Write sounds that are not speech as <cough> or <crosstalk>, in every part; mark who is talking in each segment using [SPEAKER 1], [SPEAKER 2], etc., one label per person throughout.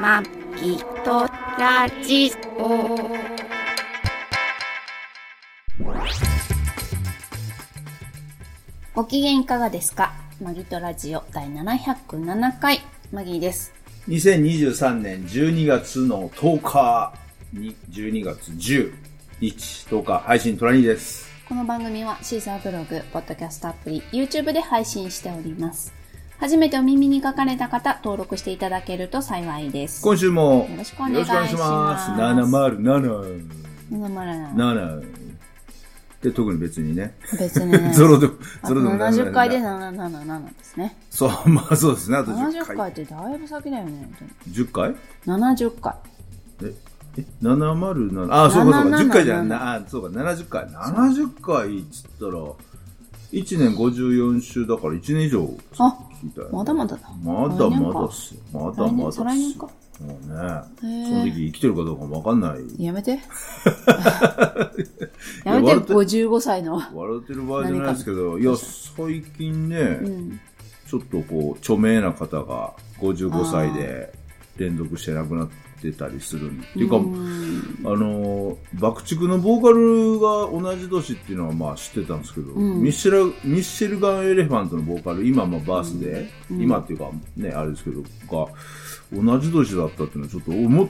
[SPEAKER 1] まきとラジオ。ご機嫌いかがですかマギとラジオ第707回、マギーです。
[SPEAKER 2] 2023年12月の10日に、12月10日、10日配信トラニーです。
[SPEAKER 1] この番組はシーサーブログ、ポッドキャストアプリ、YouTube で配信しております。初めてお耳に書かれた方、登録していただけると幸いです。
[SPEAKER 2] 今週も
[SPEAKER 1] よろしくお願いします
[SPEAKER 2] 707。
[SPEAKER 1] 野々村な
[SPEAKER 2] 7で、特に別にね。。
[SPEAKER 1] 別にね
[SPEAKER 2] <laughs> ゾロでも、
[SPEAKER 1] あ
[SPEAKER 2] ゾロでも
[SPEAKER 1] 70回で
[SPEAKER 2] な。
[SPEAKER 1] 777ですね。
[SPEAKER 2] そう、まあそうですね。あと10
[SPEAKER 1] 70回
[SPEAKER 2] 回
[SPEAKER 1] っ。てだいぶ先だよね。
[SPEAKER 2] 10回
[SPEAKER 1] 70回。
[SPEAKER 2] え、え、707。あ、そうかそうか。
[SPEAKER 1] 777
[SPEAKER 2] 10回じゃんな。あ、そうか、70回。70回っつったら、1年54週だから1年以上
[SPEAKER 1] あ、
[SPEAKER 2] みたいな。
[SPEAKER 1] まだまだだ。
[SPEAKER 2] まだまだっすよ。まだまだっすよ。
[SPEAKER 1] 再来年か
[SPEAKER 2] もうね。
[SPEAKER 1] へー
[SPEAKER 2] その時生きてるかどうかもわかん <laughs> ない。
[SPEAKER 1] やめて。やめて、
[SPEAKER 2] 笑って
[SPEAKER 1] 55歳の。
[SPEAKER 2] 笑ってる場合じゃないですけど、いや、最近ね、
[SPEAKER 1] うん。
[SPEAKER 2] ちょっとこう、著名な方が55歳で連続して亡くなってたりするんで。っていうか、
[SPEAKER 1] ん
[SPEAKER 2] あの、爆竹のボーカルが同じ年っていうのはまあ知ってたんですけど、
[SPEAKER 1] うん
[SPEAKER 2] ミッシェル、ミッシェルガン・エレファントのボーカル、今まあバースで、
[SPEAKER 1] うん
[SPEAKER 2] 今っていうかね、あれですけど、が同じ年だったっていうのはちょっと思っ、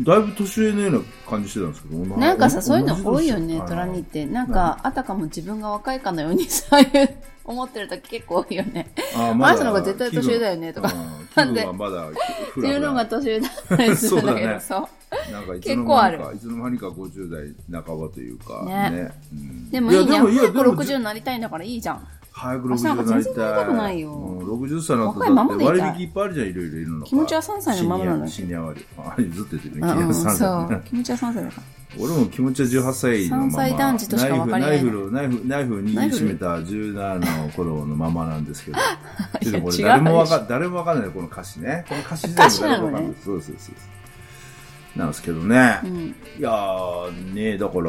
[SPEAKER 2] だいぶ年上のような感じしてたんですけど、同じ
[SPEAKER 1] なんかさ、そういうの多いよ
[SPEAKER 2] 同じ年
[SPEAKER 1] ね
[SPEAKER 2] だ、った
[SPEAKER 1] ト
[SPEAKER 2] かな
[SPEAKER 1] ラニって。なんか、あたかも自分が若いかのようにさ、 <laughs> いう思ってる時結構多いよね。
[SPEAKER 2] ああ
[SPEAKER 1] あの人の方が絶対年上だよねとか。<laughs>
[SPEAKER 2] ま
[SPEAKER 1] なん
[SPEAKER 2] だ気分
[SPEAKER 1] で
[SPEAKER 2] 気分はまだ、
[SPEAKER 1] っ
[SPEAKER 2] ふ
[SPEAKER 1] てい
[SPEAKER 2] ら
[SPEAKER 1] う
[SPEAKER 2] ふ
[SPEAKER 1] の
[SPEAKER 2] ら
[SPEAKER 1] が年上だったりするんだけど、
[SPEAKER 2] そ
[SPEAKER 1] そう,、
[SPEAKER 2] なんかいつの
[SPEAKER 1] 結構あ
[SPEAKER 2] 間にか、
[SPEAKER 1] る
[SPEAKER 2] いつの間にか50代半ばというか、
[SPEAKER 1] ね
[SPEAKER 2] ね。うん
[SPEAKER 1] でもいい
[SPEAKER 2] や
[SPEAKER 1] ね。
[SPEAKER 2] でもいや
[SPEAKER 1] 早
[SPEAKER 2] で
[SPEAKER 1] く
[SPEAKER 2] も
[SPEAKER 1] 60になりたいんだからいいじゃん。
[SPEAKER 2] 早く
[SPEAKER 1] 私なん
[SPEAKER 2] 60
[SPEAKER 1] か
[SPEAKER 2] にな
[SPEAKER 1] 全然
[SPEAKER 2] りたい。
[SPEAKER 1] 若くないよ
[SPEAKER 2] もう60歳になった
[SPEAKER 1] 若いままでいたい
[SPEAKER 2] だって割引いっぱいあるじゃん、いろいろいるのが。
[SPEAKER 1] 気持ちは3歳のままなのよ
[SPEAKER 2] シニアシニア割。あれずっと言ってる
[SPEAKER 1] う
[SPEAKER 2] ね。気
[SPEAKER 1] ん、うん、
[SPEAKER 2] 持ちは3
[SPEAKER 1] そ
[SPEAKER 2] 歳、
[SPEAKER 1] う。気持ちは3歳だから。
[SPEAKER 2] 俺も気持ちは18歳のまま。
[SPEAKER 1] 三歳男児としか分かり合えない
[SPEAKER 2] ナイフ、ナイフ、ナイフ、ナイフを
[SPEAKER 1] ナイフ
[SPEAKER 2] 握りしめた17の頃のままなんですけど。
[SPEAKER 1] <laughs> い
[SPEAKER 2] ちょっとこれ
[SPEAKER 1] 違う
[SPEAKER 2] 誰もわか、誰もわかんない、この歌詞ね。この歌詞自体も誰もわかんない。そうそうそうそう。なんですけどね。
[SPEAKER 1] うん。
[SPEAKER 2] いやーねだから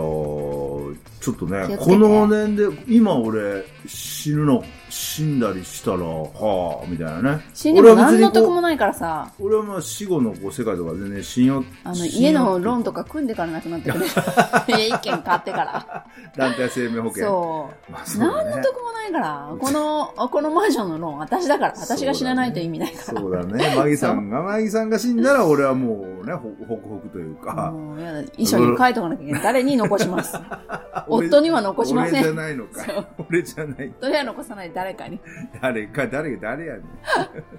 [SPEAKER 2] ちょっとね
[SPEAKER 1] 気をつけて
[SPEAKER 2] この年で今俺死ぬの死んだりしたらはあみたいなね
[SPEAKER 1] 死んでも
[SPEAKER 2] 俺は
[SPEAKER 1] 何
[SPEAKER 2] 別
[SPEAKER 1] の
[SPEAKER 2] にこう
[SPEAKER 1] 得もないからさ、
[SPEAKER 2] 俺はまあ死後のこう世界とか全然信用
[SPEAKER 1] あの、
[SPEAKER 2] 信用
[SPEAKER 1] 家のローンとか組んでからなくなってくる。家一軒買ってから。
[SPEAKER 2] 団体生命保険
[SPEAKER 1] そう。
[SPEAKER 2] まあそうだ
[SPEAKER 1] 何の
[SPEAKER 2] ね
[SPEAKER 1] 得もないから、この、このマンションのローン、私だから、私が死なないと意味ないから。
[SPEAKER 2] そうだねマギさんがマギさんが死んだら俺はもうねほほくほくというか
[SPEAKER 1] もうやだ、遺書に書いとかなきゃいけない。誰に残します。
[SPEAKER 2] <laughs> 俺
[SPEAKER 1] 夫には残しません
[SPEAKER 2] 俺じゃないのか
[SPEAKER 1] そう
[SPEAKER 2] 俺じゃない
[SPEAKER 1] どれは残さない誰かに。
[SPEAKER 2] 誰か、誰が、誰やねん。 <laughs>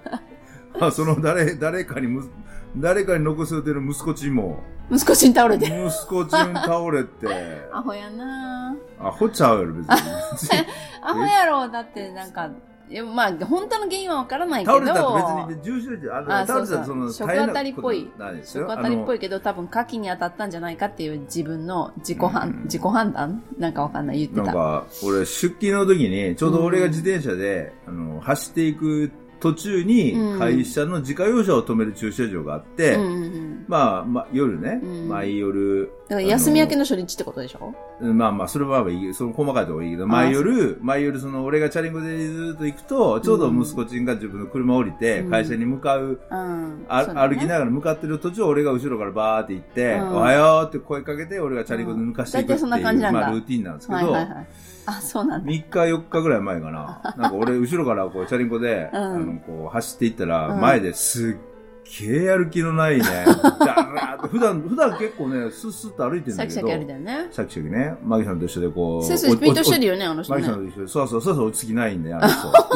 [SPEAKER 2] あその誰、誰かにむ、誰かに残されてる息子ちんも、
[SPEAKER 1] 息子死に倒れて。
[SPEAKER 2] 息子ちん倒
[SPEAKER 1] <laughs>
[SPEAKER 2] れて、
[SPEAKER 1] アホやな
[SPEAKER 2] あ、ほっちゃうや
[SPEAKER 1] <laughs>
[SPEAKER 2] ろ、別に。
[SPEAKER 1] ぁアホやろ、だってなんか、いやまあ、本当の原因はわからないけ
[SPEAKER 2] 倒れ
[SPEAKER 1] ど、
[SPEAKER 2] たって別に重症じゃ、あの、
[SPEAKER 1] あ
[SPEAKER 2] 倒
[SPEAKER 1] そう
[SPEAKER 2] れ
[SPEAKER 1] そう
[SPEAKER 2] たらその、
[SPEAKER 1] 食
[SPEAKER 2] 大変な
[SPEAKER 1] 当たりっぽい
[SPEAKER 2] ことなんです
[SPEAKER 1] 食
[SPEAKER 2] よ。
[SPEAKER 1] 当たりっぽい
[SPEAKER 2] あ
[SPEAKER 1] けど、多分火器に当たったんじゃないかっていう自分の自己判、
[SPEAKER 2] うん
[SPEAKER 1] 自己判断なんかわかんない言って
[SPEAKER 2] の。なん
[SPEAKER 1] た。
[SPEAKER 2] か、俺、出勤の時に、ちょうど俺が自転車で、あの、走っていく途中に
[SPEAKER 1] う、ん
[SPEAKER 2] 会社の自家用車を止める駐車場があって、
[SPEAKER 1] うんうんうん。
[SPEAKER 2] まあ、まあ、夜ね、
[SPEAKER 1] うん
[SPEAKER 2] 毎夜、
[SPEAKER 1] だから休み明けの初日ってことでしょ
[SPEAKER 2] まあまあ、それはまあいい、その細かいところはいいけど、毎夜、毎夜その俺がチャリンコでずっと行くと、ちょうど息子ちんが自分の車降りて
[SPEAKER 1] う、ん
[SPEAKER 2] 会社に向かう、
[SPEAKER 1] うん。
[SPEAKER 2] あ
[SPEAKER 1] そうだ
[SPEAKER 2] 歩
[SPEAKER 1] ね
[SPEAKER 2] きながら向かってる途中、俺が後ろからバーって行って、
[SPEAKER 1] うん
[SPEAKER 2] おはようって声かけて、俺がチャリンコで抜かしていくってい
[SPEAKER 1] うん大体そ
[SPEAKER 2] うん
[SPEAKER 1] な感じなんだ
[SPEAKER 2] まあルーティンなんですけ
[SPEAKER 1] はい
[SPEAKER 2] ど
[SPEAKER 1] はい、はい。あ、そうなんだ。
[SPEAKER 2] 3日4日ぐらい前
[SPEAKER 1] <laughs>
[SPEAKER 2] かな、なんか俺後ろからこうチャリンコで、
[SPEAKER 1] うん
[SPEAKER 2] あの、こう走っていったら、
[SPEAKER 1] うん
[SPEAKER 2] 前ですっげえやる気
[SPEAKER 1] <laughs>
[SPEAKER 2] のないね、だらーっと普段、普段結構ね、スッスッと歩いてるん
[SPEAKER 1] シャキ
[SPEAKER 2] だけ
[SPEAKER 1] シャ
[SPEAKER 2] ど
[SPEAKER 1] キあ、るだよね。
[SPEAKER 2] シャキシャキね、マギさんと一緒でこう。
[SPEAKER 1] スイスイスピードしてる
[SPEAKER 2] よ。
[SPEAKER 1] よね、あの人
[SPEAKER 2] マギ
[SPEAKER 1] ね
[SPEAKER 2] さ。んと一緒で、そうそうそうそう、落ち着きないんで、あ
[SPEAKER 1] <laughs>
[SPEAKER 2] の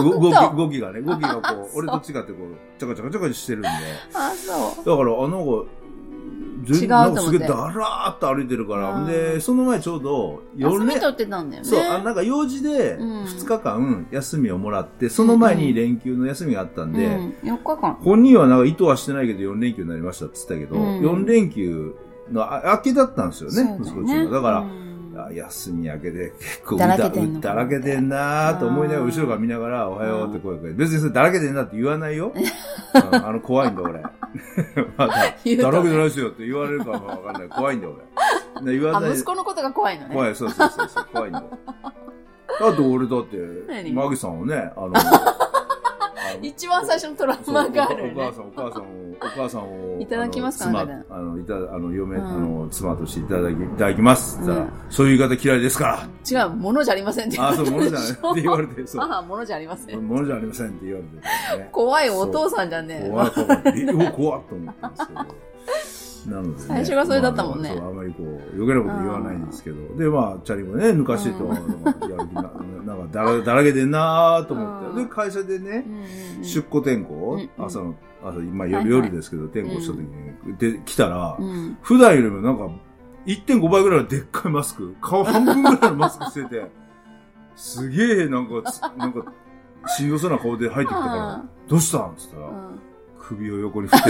[SPEAKER 2] 人動き、動きがね、動きがこう、
[SPEAKER 1] そう
[SPEAKER 2] 俺と違ってこう、ちょこちょこちょこしてるんで。
[SPEAKER 1] あ、そう。
[SPEAKER 2] だから、あの子、全
[SPEAKER 1] 違うと
[SPEAKER 2] な
[SPEAKER 1] 思って
[SPEAKER 2] んかすげえだらーっと歩いてるか
[SPEAKER 1] う
[SPEAKER 2] ら、
[SPEAKER 1] ん
[SPEAKER 2] で、その前ちょうど、
[SPEAKER 1] 休
[SPEAKER 2] 4
[SPEAKER 1] み
[SPEAKER 2] 連、
[SPEAKER 1] 取ってたんだよね。
[SPEAKER 2] そう、あなんか用事で、
[SPEAKER 1] うん
[SPEAKER 2] 2日間休みをもらって、その前に連休の休みがあったんで、
[SPEAKER 1] うん、4日間。
[SPEAKER 2] 本人はなんか意図はしてないけど4連休になりましたって言ってたけど、
[SPEAKER 1] うん
[SPEAKER 2] 4連休のあ明けだったんですよ
[SPEAKER 1] そうだよ、
[SPEAKER 2] ね息子ちゃんが。だから、
[SPEAKER 1] うん
[SPEAKER 2] あ休み明けで結構う
[SPEAKER 1] だ
[SPEAKER 2] だ
[SPEAKER 1] らけてんの
[SPEAKER 2] うだらけてんなーと思いながら
[SPEAKER 1] あー
[SPEAKER 2] 後ろから見ながらおはようって声かけて別にそれだらけてんなって言
[SPEAKER 1] <laughs>
[SPEAKER 2] わないよ、うんあの怖いんだ俺 <laughs> まだ
[SPEAKER 1] 言うと
[SPEAKER 2] だらけてないですよって言われるかもわかんない怖いんだ俺ね言わ
[SPEAKER 1] あ、
[SPEAKER 2] ない
[SPEAKER 1] 息子のことが怖いのね。
[SPEAKER 2] 怖いそうそうそうそう怖いんだよだって俺だって
[SPEAKER 1] 何 <laughs>
[SPEAKER 2] マギさんをねあのあ
[SPEAKER 1] 一番最初のトラウマがある、ね。
[SPEAKER 2] そうお母さん、お母さんを、お母さんを。
[SPEAKER 1] <laughs> いただきますか
[SPEAKER 2] あの
[SPEAKER 1] なんか
[SPEAKER 2] 妻、あの、いた、あの、嫁、
[SPEAKER 1] うん
[SPEAKER 2] あの、妻としていただき、いただきます。って言ったら
[SPEAKER 1] うん
[SPEAKER 2] そういう言い方嫌いですか
[SPEAKER 1] <laughs> 違う、ものじゃありませんって
[SPEAKER 2] ら。あ、そう、ものじゃない。っ
[SPEAKER 1] で
[SPEAKER 2] て
[SPEAKER 1] しょ <laughs>
[SPEAKER 2] 言われて、そう。
[SPEAKER 1] 母、ものじゃありません。
[SPEAKER 2] ものじゃありませんって言われてですね。
[SPEAKER 1] 怖いお父さんじゃんね。
[SPEAKER 2] 怖い怖い。えお怖っと思ったんです
[SPEAKER 1] <laughs>
[SPEAKER 2] けど。なので、ね。
[SPEAKER 1] 最初がそれだったもんね
[SPEAKER 2] まあそうあまりこう、余計なこと言わないんですけど。で、まあ、チャリもね、抜かしてと、
[SPEAKER 1] うん
[SPEAKER 2] なんかやる気な <laughs> なんかだら、だらけてんなーと思って。
[SPEAKER 1] うん
[SPEAKER 2] で、会社でね
[SPEAKER 1] う、んうんうん
[SPEAKER 2] 出庫転校、
[SPEAKER 1] うんうん
[SPEAKER 2] 朝の、朝、今
[SPEAKER 1] はいは
[SPEAKER 2] 夜
[SPEAKER 1] い
[SPEAKER 2] 夜ですけど、転校した時に、で、来たら、
[SPEAKER 1] うん
[SPEAKER 2] 普段よりもなんか、1.5倍ぐらいのでっかいマスク、顔半分ぐらいのマスクしてて、すげえなん
[SPEAKER 1] <laughs>
[SPEAKER 2] かつ、なんか、しんどそうな顔で入ってきたか
[SPEAKER 1] う
[SPEAKER 2] ら
[SPEAKER 1] ん、
[SPEAKER 2] どうしたんって言った
[SPEAKER 1] う
[SPEAKER 2] ら、
[SPEAKER 1] ん
[SPEAKER 2] 首を横に振って、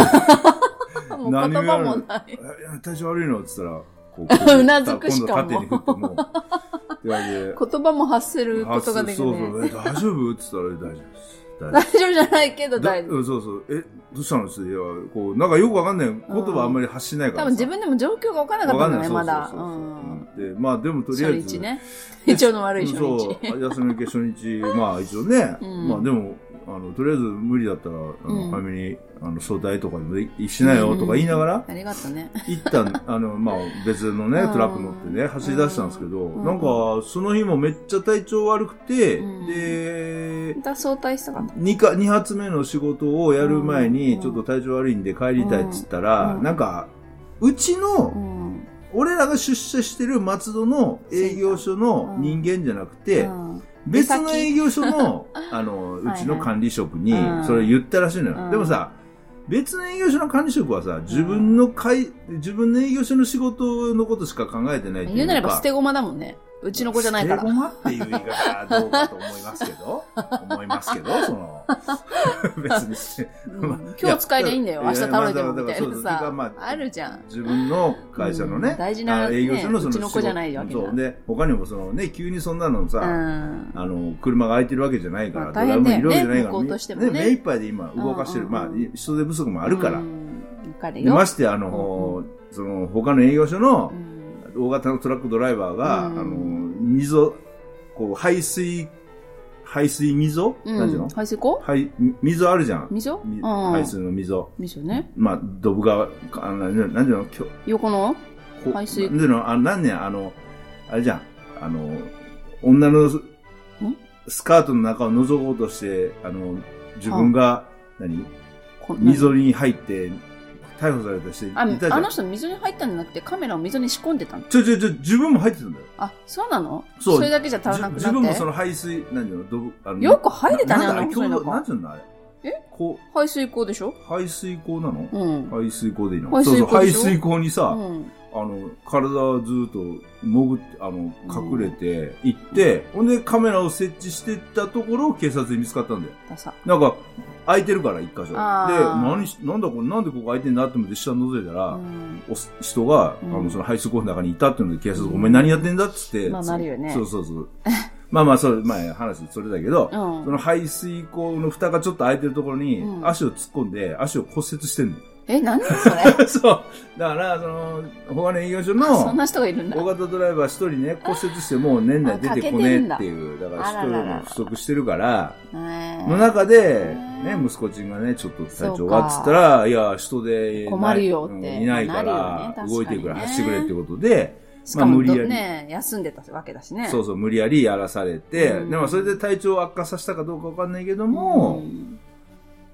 [SPEAKER 2] <laughs> え
[SPEAKER 1] もう言葉もない。
[SPEAKER 2] 体調悪いのって言ったら、
[SPEAKER 1] <laughs>
[SPEAKER 2] こう首を、
[SPEAKER 1] うなずくしかも
[SPEAKER 2] 今度は縦に振ってもう、ってわ
[SPEAKER 1] <laughs>
[SPEAKER 2] け
[SPEAKER 1] 言葉も発す
[SPEAKER 2] で、
[SPEAKER 1] ることができ
[SPEAKER 2] そうそ
[SPEAKER 1] な
[SPEAKER 2] う、え、大丈夫って言ったら、大丈夫です。大丈夫
[SPEAKER 1] い。大丈夫じゃないけど
[SPEAKER 2] だ
[SPEAKER 1] 大丈夫。
[SPEAKER 2] うんそうそう。え、どうしたのって言っていや、こう、なんかよくわかんない。言葉あんまり発しないか
[SPEAKER 1] 多
[SPEAKER 2] らさ。
[SPEAKER 1] 分自分でも状況が分からなか
[SPEAKER 2] わ
[SPEAKER 1] っ
[SPEAKER 2] か
[SPEAKER 1] たんだ
[SPEAKER 2] んない
[SPEAKER 1] ね、まだ。
[SPEAKER 2] そう
[SPEAKER 1] う
[SPEAKER 2] そうそうんうんで、まあでもとりあ
[SPEAKER 1] 初
[SPEAKER 2] えず。
[SPEAKER 1] 日ね。体調の悪い初
[SPEAKER 2] そ
[SPEAKER 1] 日。
[SPEAKER 2] う。休み明け初日、まあ一応ね。
[SPEAKER 1] うん
[SPEAKER 2] まあでも、あの、とりあえず無理だったら、あ
[SPEAKER 1] う
[SPEAKER 2] の、
[SPEAKER 1] ん
[SPEAKER 2] 早めに、あの、早退とかにもいしなよとか言いながら、
[SPEAKER 1] ありがとうね。
[SPEAKER 2] 一旦、あの、まあ別のね
[SPEAKER 1] う、ん
[SPEAKER 2] トラック乗ってね、走り出したんですけど、
[SPEAKER 1] うん
[SPEAKER 2] なんか、その日もめっちゃ体調悪くて、
[SPEAKER 1] うん
[SPEAKER 2] で
[SPEAKER 1] ま、た早退したかった。
[SPEAKER 2] 2, か二発目の仕事をやる前
[SPEAKER 1] う
[SPEAKER 2] に
[SPEAKER 1] ん
[SPEAKER 2] ちょっと体調悪いんで帰りたいっつったら、
[SPEAKER 1] うん
[SPEAKER 2] なんかうち
[SPEAKER 1] う
[SPEAKER 2] の
[SPEAKER 1] ん。
[SPEAKER 2] 俺らが出社してる松戸の営業所の人間じゃなくて、
[SPEAKER 1] うん
[SPEAKER 2] 別の営業所の
[SPEAKER 1] <laughs>
[SPEAKER 2] あのうちの管理職に
[SPEAKER 1] はいはい
[SPEAKER 2] それ言ったらしいのよ、
[SPEAKER 1] うん
[SPEAKER 2] でもさ別の営業所の管理職はさ自分の会、自分の営業所の仕事のことしか考えてないっていうか
[SPEAKER 1] 言うなれば捨て駒だもんね。うちの子じゃないから
[SPEAKER 2] 捨て。駒っていう言い方はどうかと思いますけど、
[SPEAKER 1] <laughs>
[SPEAKER 2] 思いますけど、その、 <laughs> 別に捨て
[SPEAKER 1] うん今日使いでいいんだよ。
[SPEAKER 2] い
[SPEAKER 1] 明
[SPEAKER 2] や
[SPEAKER 1] 日倒れても
[SPEAKER 2] いや
[SPEAKER 1] みたいな
[SPEAKER 2] まあだからそうそうてか
[SPEAKER 1] さ。
[SPEAKER 2] まあ
[SPEAKER 1] あるじゃん。
[SPEAKER 2] 自分の会社のね、
[SPEAKER 1] うん大事な
[SPEAKER 2] あ営業所のそ
[SPEAKER 1] ね
[SPEAKER 2] の
[SPEAKER 1] うちの子じゃない
[SPEAKER 2] 仕事
[SPEAKER 1] わけだ
[SPEAKER 2] そう。で、他にもそのね、急にそんなの
[SPEAKER 1] う
[SPEAKER 2] さ、
[SPEAKER 1] ん。
[SPEAKER 2] あの、車が空いてるわけじゃないから、
[SPEAKER 1] まあ大変だよね
[SPEAKER 2] ドライブにいる
[SPEAKER 1] 向こ
[SPEAKER 2] わ
[SPEAKER 1] う
[SPEAKER 2] けじゃ
[SPEAKER 1] と
[SPEAKER 2] ない
[SPEAKER 1] しても
[SPEAKER 2] から、
[SPEAKER 1] ね
[SPEAKER 2] 目いっぱいで今動かしてる。
[SPEAKER 1] うんうんうん
[SPEAKER 2] まあ、人手不足もあるから。
[SPEAKER 1] うんわかる
[SPEAKER 2] で
[SPEAKER 1] よ。
[SPEAKER 2] ましてや、あ
[SPEAKER 1] う
[SPEAKER 2] の、
[SPEAKER 1] ん
[SPEAKER 2] その、他の営業所の
[SPEAKER 1] う、ん
[SPEAKER 2] 大型のトラックドライバーが、
[SPEAKER 1] うん
[SPEAKER 2] あの溝こう排水排水溝、
[SPEAKER 1] うん
[SPEAKER 2] なんていうの
[SPEAKER 1] 排水溝
[SPEAKER 2] 排溝あるじゃん、
[SPEAKER 1] 溝う
[SPEAKER 2] み
[SPEAKER 1] ん。
[SPEAKER 2] 排水の溝
[SPEAKER 1] 溝ね。
[SPEAKER 2] まあドブ川あのなんなんていうのきょ
[SPEAKER 1] 横の
[SPEAKER 2] こ
[SPEAKER 1] 排水
[SPEAKER 2] なんていうのあ何年あのあれじゃんあの女のスカートの中を覗こうとしてあの自分が何
[SPEAKER 1] こ
[SPEAKER 2] 溝に入って逮捕された人い
[SPEAKER 1] あ
[SPEAKER 2] たじゃ
[SPEAKER 1] あ
[SPEAKER 2] ん
[SPEAKER 1] の人溝に入ったんじゃなくてカメラを溝に仕込んでたの。
[SPEAKER 2] ちょちょちょ自分も入ってたんだよ
[SPEAKER 1] あ、そうなの
[SPEAKER 2] そう
[SPEAKER 1] れだけじゃ足らなくなって。
[SPEAKER 2] 自分もその排水何ていうのドブあの
[SPEAKER 1] よく入れたね、
[SPEAKER 2] な
[SPEAKER 1] あ
[SPEAKER 2] んだ
[SPEAKER 1] の細い
[SPEAKER 2] れ共同
[SPEAKER 1] 中
[SPEAKER 2] なん。ていうのあれ。
[SPEAKER 1] え
[SPEAKER 2] こ
[SPEAKER 1] 排水溝でしょ
[SPEAKER 2] う、排水口なの、
[SPEAKER 1] うん。
[SPEAKER 2] 排水口でいいの
[SPEAKER 1] 排水口
[SPEAKER 2] そうそう、
[SPEAKER 1] で
[SPEAKER 2] 排
[SPEAKER 1] しょ
[SPEAKER 2] 水口にさ、
[SPEAKER 1] うん。
[SPEAKER 2] あの、体ずっと潜って、あの、隠れて行って、ほんでカメラを設置してったところを警察に見つかったんだよ。
[SPEAKER 1] ださ。
[SPEAKER 2] なんか、開いてるから、一箇所。で、
[SPEAKER 1] あー
[SPEAKER 2] 何し、なんだこれ、なんでここ開いてんだって思って下覗いたら、
[SPEAKER 1] うん。
[SPEAKER 2] おす人が、
[SPEAKER 1] うん
[SPEAKER 2] あの、その排水口の中にいたっていうので、警察、
[SPEAKER 1] うん
[SPEAKER 2] お前何やってんだっつって。
[SPEAKER 1] まあなるよね
[SPEAKER 2] そうそ
[SPEAKER 1] <laughs>
[SPEAKER 2] うそう。まあまあ、それ、まあ話、それだけど、
[SPEAKER 1] うん
[SPEAKER 2] その排水口の蓋がちょっと開いてるところに
[SPEAKER 1] う、ん
[SPEAKER 2] 足を突っ込んで、足を骨折してんの。
[SPEAKER 1] え、何それ
[SPEAKER 2] <laughs> そう。だから、その、他の営業
[SPEAKER 1] そ
[SPEAKER 2] 所
[SPEAKER 1] ん
[SPEAKER 2] の、
[SPEAKER 1] な人がいるんだ
[SPEAKER 2] 大。型ドライバー一人ね、骨折してもう年内出てこねえっていう、だから
[SPEAKER 1] あ
[SPEAKER 2] 一人
[SPEAKER 1] ららら
[SPEAKER 2] も不足してるから、の
[SPEAKER 1] の
[SPEAKER 2] 中で、ね
[SPEAKER 1] う、ん
[SPEAKER 2] 息子ちんがね、ちょっと体
[SPEAKER 1] そ
[SPEAKER 2] 調
[SPEAKER 1] う
[SPEAKER 2] が
[SPEAKER 1] か
[SPEAKER 2] っつったら、いや、人でない、
[SPEAKER 1] 困るよって
[SPEAKER 2] うんいないか
[SPEAKER 1] なるよ
[SPEAKER 2] ら、
[SPEAKER 1] ね
[SPEAKER 2] 動いてくれ、
[SPEAKER 1] 確かにね
[SPEAKER 2] 走ってくれってことで、
[SPEAKER 1] しかも
[SPEAKER 2] まあ無理やり
[SPEAKER 1] ね、休んでたわけだしね。
[SPEAKER 2] そうそう、無理やりやらされて、
[SPEAKER 1] うん
[SPEAKER 2] でもそれで体調を悪化させたかどうかわかんないけども、
[SPEAKER 1] ん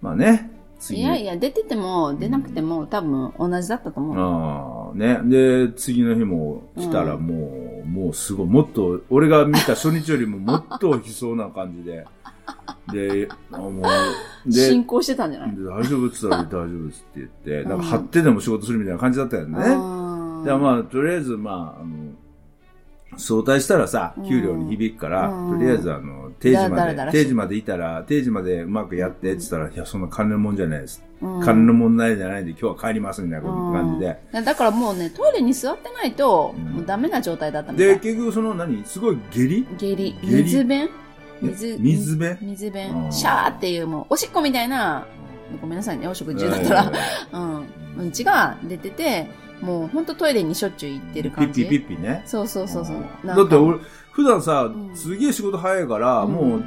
[SPEAKER 2] まあね、
[SPEAKER 1] い
[SPEAKER 2] 次
[SPEAKER 1] やいや、出てても、出なくても、多分同じだったと思う。
[SPEAKER 2] ああ、ね。で、次の日も来たら
[SPEAKER 1] う
[SPEAKER 2] もう、もうすごい、もっと、俺が見た初日よりももっと悲壮な感じ
[SPEAKER 1] <laughs>
[SPEAKER 2] で。で、あもう、で、
[SPEAKER 1] 進行してたんじゃない
[SPEAKER 2] で大丈夫っつったら大丈夫っすって言って、
[SPEAKER 1] うん
[SPEAKER 2] なんか張ってでも仕事するみたいな感じだったよね。
[SPEAKER 1] あー
[SPEAKER 2] で、まあ、とりあえず、まあ、あの、早退したらさ
[SPEAKER 1] うん、
[SPEAKER 2] 給料に響くから、
[SPEAKER 1] うん
[SPEAKER 2] とりあえず、あの、定時
[SPEAKER 1] だ
[SPEAKER 2] ま
[SPEAKER 1] らだ
[SPEAKER 2] で、
[SPEAKER 1] ら
[SPEAKER 2] 定時までいたら、定時までうまくやってって言ったら、いや、そんな金のもんじゃないです。
[SPEAKER 1] うん
[SPEAKER 2] 金の問題じゃないんで、今日は帰りますみたいな感じで。
[SPEAKER 1] うんだからもうね、トイレに座ってないと、
[SPEAKER 2] うん
[SPEAKER 1] もうダメな状態だったみた
[SPEAKER 2] で、
[SPEAKER 1] い。
[SPEAKER 2] 結局その何すごい下痢
[SPEAKER 1] 下痢。
[SPEAKER 2] 下痢
[SPEAKER 1] 水便水、
[SPEAKER 2] 水辺
[SPEAKER 1] 水
[SPEAKER 2] う
[SPEAKER 1] 便。
[SPEAKER 2] ん
[SPEAKER 1] シャーっていう、もう、おしっこみたいな、ごめんなさいね、お食事中だった
[SPEAKER 2] え
[SPEAKER 1] ら、
[SPEAKER 2] ー
[SPEAKER 1] うん、うんちが出てて、もうほんとトイレにしょっちゅう行ってる感じ。
[SPEAKER 2] ピッピピッピね。
[SPEAKER 1] そうそうそうそう。
[SPEAKER 2] ん
[SPEAKER 1] なんか
[SPEAKER 2] だって俺、普段さ
[SPEAKER 1] う、ん
[SPEAKER 2] すげえ仕事早いから、
[SPEAKER 1] うん
[SPEAKER 2] もう、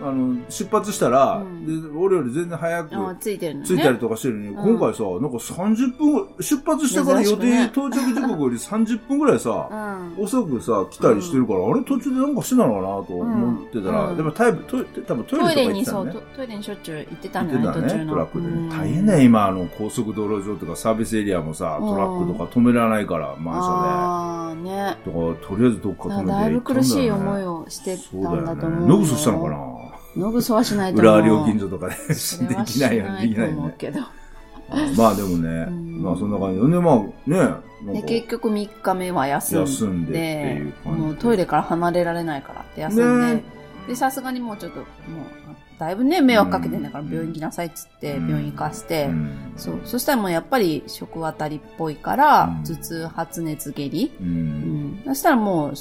[SPEAKER 2] あの、出発したら、
[SPEAKER 1] うん
[SPEAKER 2] で俺より全然早く
[SPEAKER 1] あついてるのね。
[SPEAKER 2] 着いたりとかしてるのに、
[SPEAKER 1] ん
[SPEAKER 2] 今回さ、なんか30分ぐらい、出発してから
[SPEAKER 1] 珍し
[SPEAKER 2] 予
[SPEAKER 1] くね
[SPEAKER 2] 定到着時刻より30分ぐらい
[SPEAKER 1] <laughs>
[SPEAKER 2] さ
[SPEAKER 1] う、ん。
[SPEAKER 2] 遅くさ、来たりしてるから、あれ途中でなんかしてたのかなと思ってたら、
[SPEAKER 1] うん
[SPEAKER 2] でもタイプトイレ多分トイレ
[SPEAKER 1] トイ
[SPEAKER 2] と
[SPEAKER 1] レ
[SPEAKER 2] か行っ
[SPEAKER 1] に
[SPEAKER 2] てた
[SPEAKER 1] そ
[SPEAKER 2] の
[SPEAKER 1] う
[SPEAKER 2] ね
[SPEAKER 1] ト。トイレにしょっちゅう行ってた
[SPEAKER 2] 行
[SPEAKER 1] ん
[SPEAKER 2] っ
[SPEAKER 1] だよ
[SPEAKER 2] て
[SPEAKER 1] ね
[SPEAKER 2] た
[SPEAKER 1] 途中
[SPEAKER 2] ね、
[SPEAKER 1] の
[SPEAKER 2] トラックでね、
[SPEAKER 1] うん
[SPEAKER 2] 大変ね、今、あの、高速道路上とかサービスエリアもさ、トラックとか止められないから、満
[SPEAKER 1] ああね
[SPEAKER 2] 車で。とか、とりあえずどっか止めて行ったんだよ、ね。
[SPEAKER 1] だいぶ苦しい思いをしてたんだと思うよ。
[SPEAKER 2] ノグソしたのかな
[SPEAKER 1] ノグソはしないと思う。
[SPEAKER 2] 裏料金所とかでで
[SPEAKER 1] それは
[SPEAKER 2] きないよね。で
[SPEAKER 1] し
[SPEAKER 2] き
[SPEAKER 1] と
[SPEAKER 2] ないよ
[SPEAKER 1] 思う
[SPEAKER 2] ね。
[SPEAKER 1] けど。
[SPEAKER 2] まあでもね、
[SPEAKER 1] ん
[SPEAKER 2] まあそんな感じで。ね、まあね、なん
[SPEAKER 1] で、
[SPEAKER 2] か
[SPEAKER 1] 結局3日目は休んで、
[SPEAKER 2] 休んでっていう感じ。
[SPEAKER 1] もうトイレから離れられないからって休んで、
[SPEAKER 2] ね
[SPEAKER 1] で、さすがにもうちょっと、もう、だいぶね、迷惑かけてんだから
[SPEAKER 2] うん
[SPEAKER 1] 病院行きなさいっつって、
[SPEAKER 2] うん
[SPEAKER 1] 病院行かして、
[SPEAKER 2] うん
[SPEAKER 1] そう。そしたらもうやっぱり食あたりっぽいから、
[SPEAKER 2] うん
[SPEAKER 1] 頭痛、発熱、下痢。
[SPEAKER 2] う。
[SPEAKER 1] うんん。そしたらもう、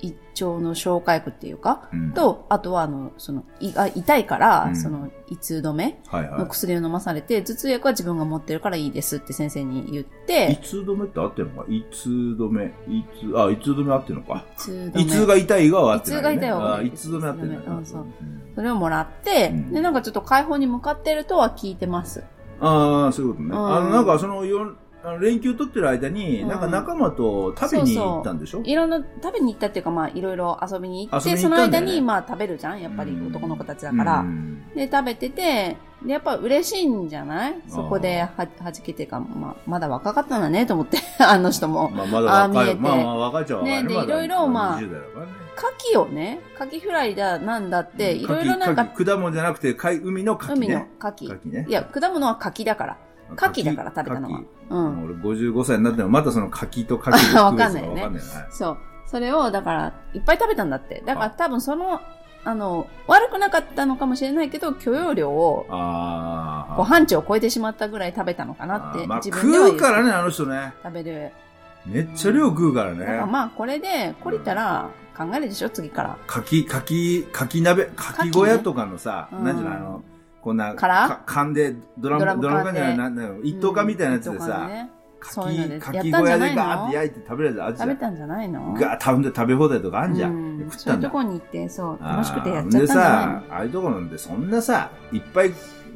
[SPEAKER 1] 一腸の消化薬っていうか、
[SPEAKER 2] うん、
[SPEAKER 1] と、あとは、あの、その、胃が痛いから、
[SPEAKER 2] うん
[SPEAKER 1] その、胃痛止め
[SPEAKER 2] はいは
[SPEAKER 1] の薬を飲まされて、頭痛薬は自分が持ってるからいいですって先生に言って、
[SPEAKER 2] い。胃痛止めって合ってるのか胃痛止め、胃痛、あ、胃痛止め合ってるのか。
[SPEAKER 1] 痛止め
[SPEAKER 2] 胃痛が痛いがは合ってない、ね。
[SPEAKER 1] 胃痛が痛いは合って
[SPEAKER 2] あ
[SPEAKER 1] ない
[SPEAKER 2] 胃痛止め合ってない。
[SPEAKER 1] うんそうそれをもらって、
[SPEAKER 2] うん
[SPEAKER 1] で、なんかちょっと解放に向かってるとは聞いてます。
[SPEAKER 2] ああ、そういうことね。
[SPEAKER 1] うん
[SPEAKER 2] あの、なんかその、よあの連休取ってる間に、
[SPEAKER 1] うん
[SPEAKER 2] なんか仲間と食べに行ったんでしょ
[SPEAKER 1] いろんな、食べに行ったっていうか、まあ、いろいろ遊びに行って、
[SPEAKER 2] 遊びに
[SPEAKER 1] そ
[SPEAKER 2] 行っ
[SPEAKER 1] の
[SPEAKER 2] たんだ
[SPEAKER 1] 間
[SPEAKER 2] よ
[SPEAKER 1] に、
[SPEAKER 2] ね
[SPEAKER 1] まあ、食べるじゃんやっぱり
[SPEAKER 2] うん
[SPEAKER 1] 男の子たちだから。
[SPEAKER 2] うん
[SPEAKER 1] で、食べてて、で、やっぱ嬉しいんじゃないそこでは、はじけてか、まあ、まだ若かったんだね、と思って、 <laughs> あの人も。
[SPEAKER 2] まあ、まだ若
[SPEAKER 1] あー見えて
[SPEAKER 2] い。まあ、まあ、若いっちゃ若い
[SPEAKER 1] ねで
[SPEAKER 2] まだ
[SPEAKER 1] いろいろまあ
[SPEAKER 2] 20代だからね。
[SPEAKER 1] 牡蠣をね、牡蠣フライだ、なんだって、いろいろなんか、
[SPEAKER 2] 牡蠣、牡蠣果物じゃなくて、海、海の牡蠣
[SPEAKER 1] 海の
[SPEAKER 2] ね。
[SPEAKER 1] 牡蠣。
[SPEAKER 2] 牡蠣ね。
[SPEAKER 1] いや、果物は牡蠣だから。牡蠣だから食べたのは
[SPEAKER 2] 牡。
[SPEAKER 1] う
[SPEAKER 2] 蠣。
[SPEAKER 1] ん。
[SPEAKER 2] もう俺55歳になっても、またその柿と牡蠣の区別
[SPEAKER 1] <laughs>
[SPEAKER 2] が
[SPEAKER 1] わかんないよね
[SPEAKER 2] わかんないよね。
[SPEAKER 1] そう。それを、だから、いっぱい食べたんだって。だから多分その、あの、悪くなかったのかもしれないけど、許容量を、
[SPEAKER 2] ああ。
[SPEAKER 1] ご飯値を超えてしまったぐらい食べたのかなって、
[SPEAKER 2] まあ、
[SPEAKER 1] 自
[SPEAKER 2] 食
[SPEAKER 1] 分では言
[SPEAKER 2] うからね、あの人ね。
[SPEAKER 1] 食べる。
[SPEAKER 2] めっちゃ量食うから
[SPEAKER 1] だから
[SPEAKER 2] ね。
[SPEAKER 1] まあ、これで、懲りたら、考えるでしょ、次から。
[SPEAKER 2] 柿、柿、柿鍋、柿小屋とかのさ、
[SPEAKER 1] 柿ね
[SPEAKER 2] なんじゃないあの、こんな、
[SPEAKER 1] 殻
[SPEAKER 2] か缶で、ドラム、
[SPEAKER 1] ド
[SPEAKER 2] ド
[SPEAKER 1] ラ
[SPEAKER 2] ラ
[SPEAKER 1] ム缶で
[SPEAKER 2] ム缶じゃない、なんだろう、一等缶みたいなやつで
[SPEAKER 1] うんとか
[SPEAKER 2] さ、
[SPEAKER 1] ねそういうので
[SPEAKER 2] 柿、
[SPEAKER 1] や
[SPEAKER 2] 柿
[SPEAKER 1] ったん
[SPEAKER 2] 小
[SPEAKER 1] じゃ
[SPEAKER 2] 屋
[SPEAKER 1] ない
[SPEAKER 2] で
[SPEAKER 1] の
[SPEAKER 2] ガーって焼いて食べるやつあるじゃ
[SPEAKER 1] 食べ
[SPEAKER 2] ん。
[SPEAKER 1] たんじゃないの
[SPEAKER 2] ガーッ食べ食べ放題とかあんじゃ。
[SPEAKER 1] うんん
[SPEAKER 2] 食っ
[SPEAKER 1] そう
[SPEAKER 2] た
[SPEAKER 1] いうんと
[SPEAKER 2] だ。
[SPEAKER 1] こに行って、そう、
[SPEAKER 2] あー
[SPEAKER 1] 楽しくてやっちゃったんじゃないの
[SPEAKER 2] でさ、ああいうとこなんてそんなさ、いっぱい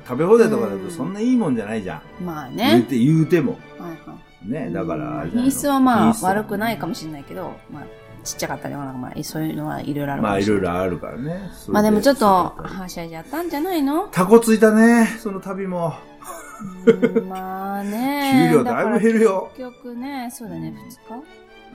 [SPEAKER 2] 食べ放題とかだ
[SPEAKER 1] うん
[SPEAKER 2] とそんないいもんじゃないじゃん。
[SPEAKER 1] まあ
[SPEAKER 2] 言う
[SPEAKER 1] ね。
[SPEAKER 2] て、言うても。
[SPEAKER 1] はいはい
[SPEAKER 2] ね、だからあれじゃないの、
[SPEAKER 1] 品質はまあ
[SPEAKER 2] 品質
[SPEAKER 1] 悪くないかもしれないけど、まあ、ちっちゃかったりもなんかまあ、そういうのはいろいろあるか
[SPEAKER 2] まあ
[SPEAKER 1] も
[SPEAKER 2] い
[SPEAKER 1] しれ
[SPEAKER 2] ろ
[SPEAKER 1] ない
[SPEAKER 2] いろあるからね。それで
[SPEAKER 1] まあでもちょっと、
[SPEAKER 2] そうだっ
[SPEAKER 1] はしゃいじゃったんじゃない
[SPEAKER 2] <laughs>
[SPEAKER 1] の
[SPEAKER 2] たタコついたね、その旅も。
[SPEAKER 1] うんまあね。
[SPEAKER 2] 給料だいぶ減るよ。
[SPEAKER 1] 結局ね、そうだね、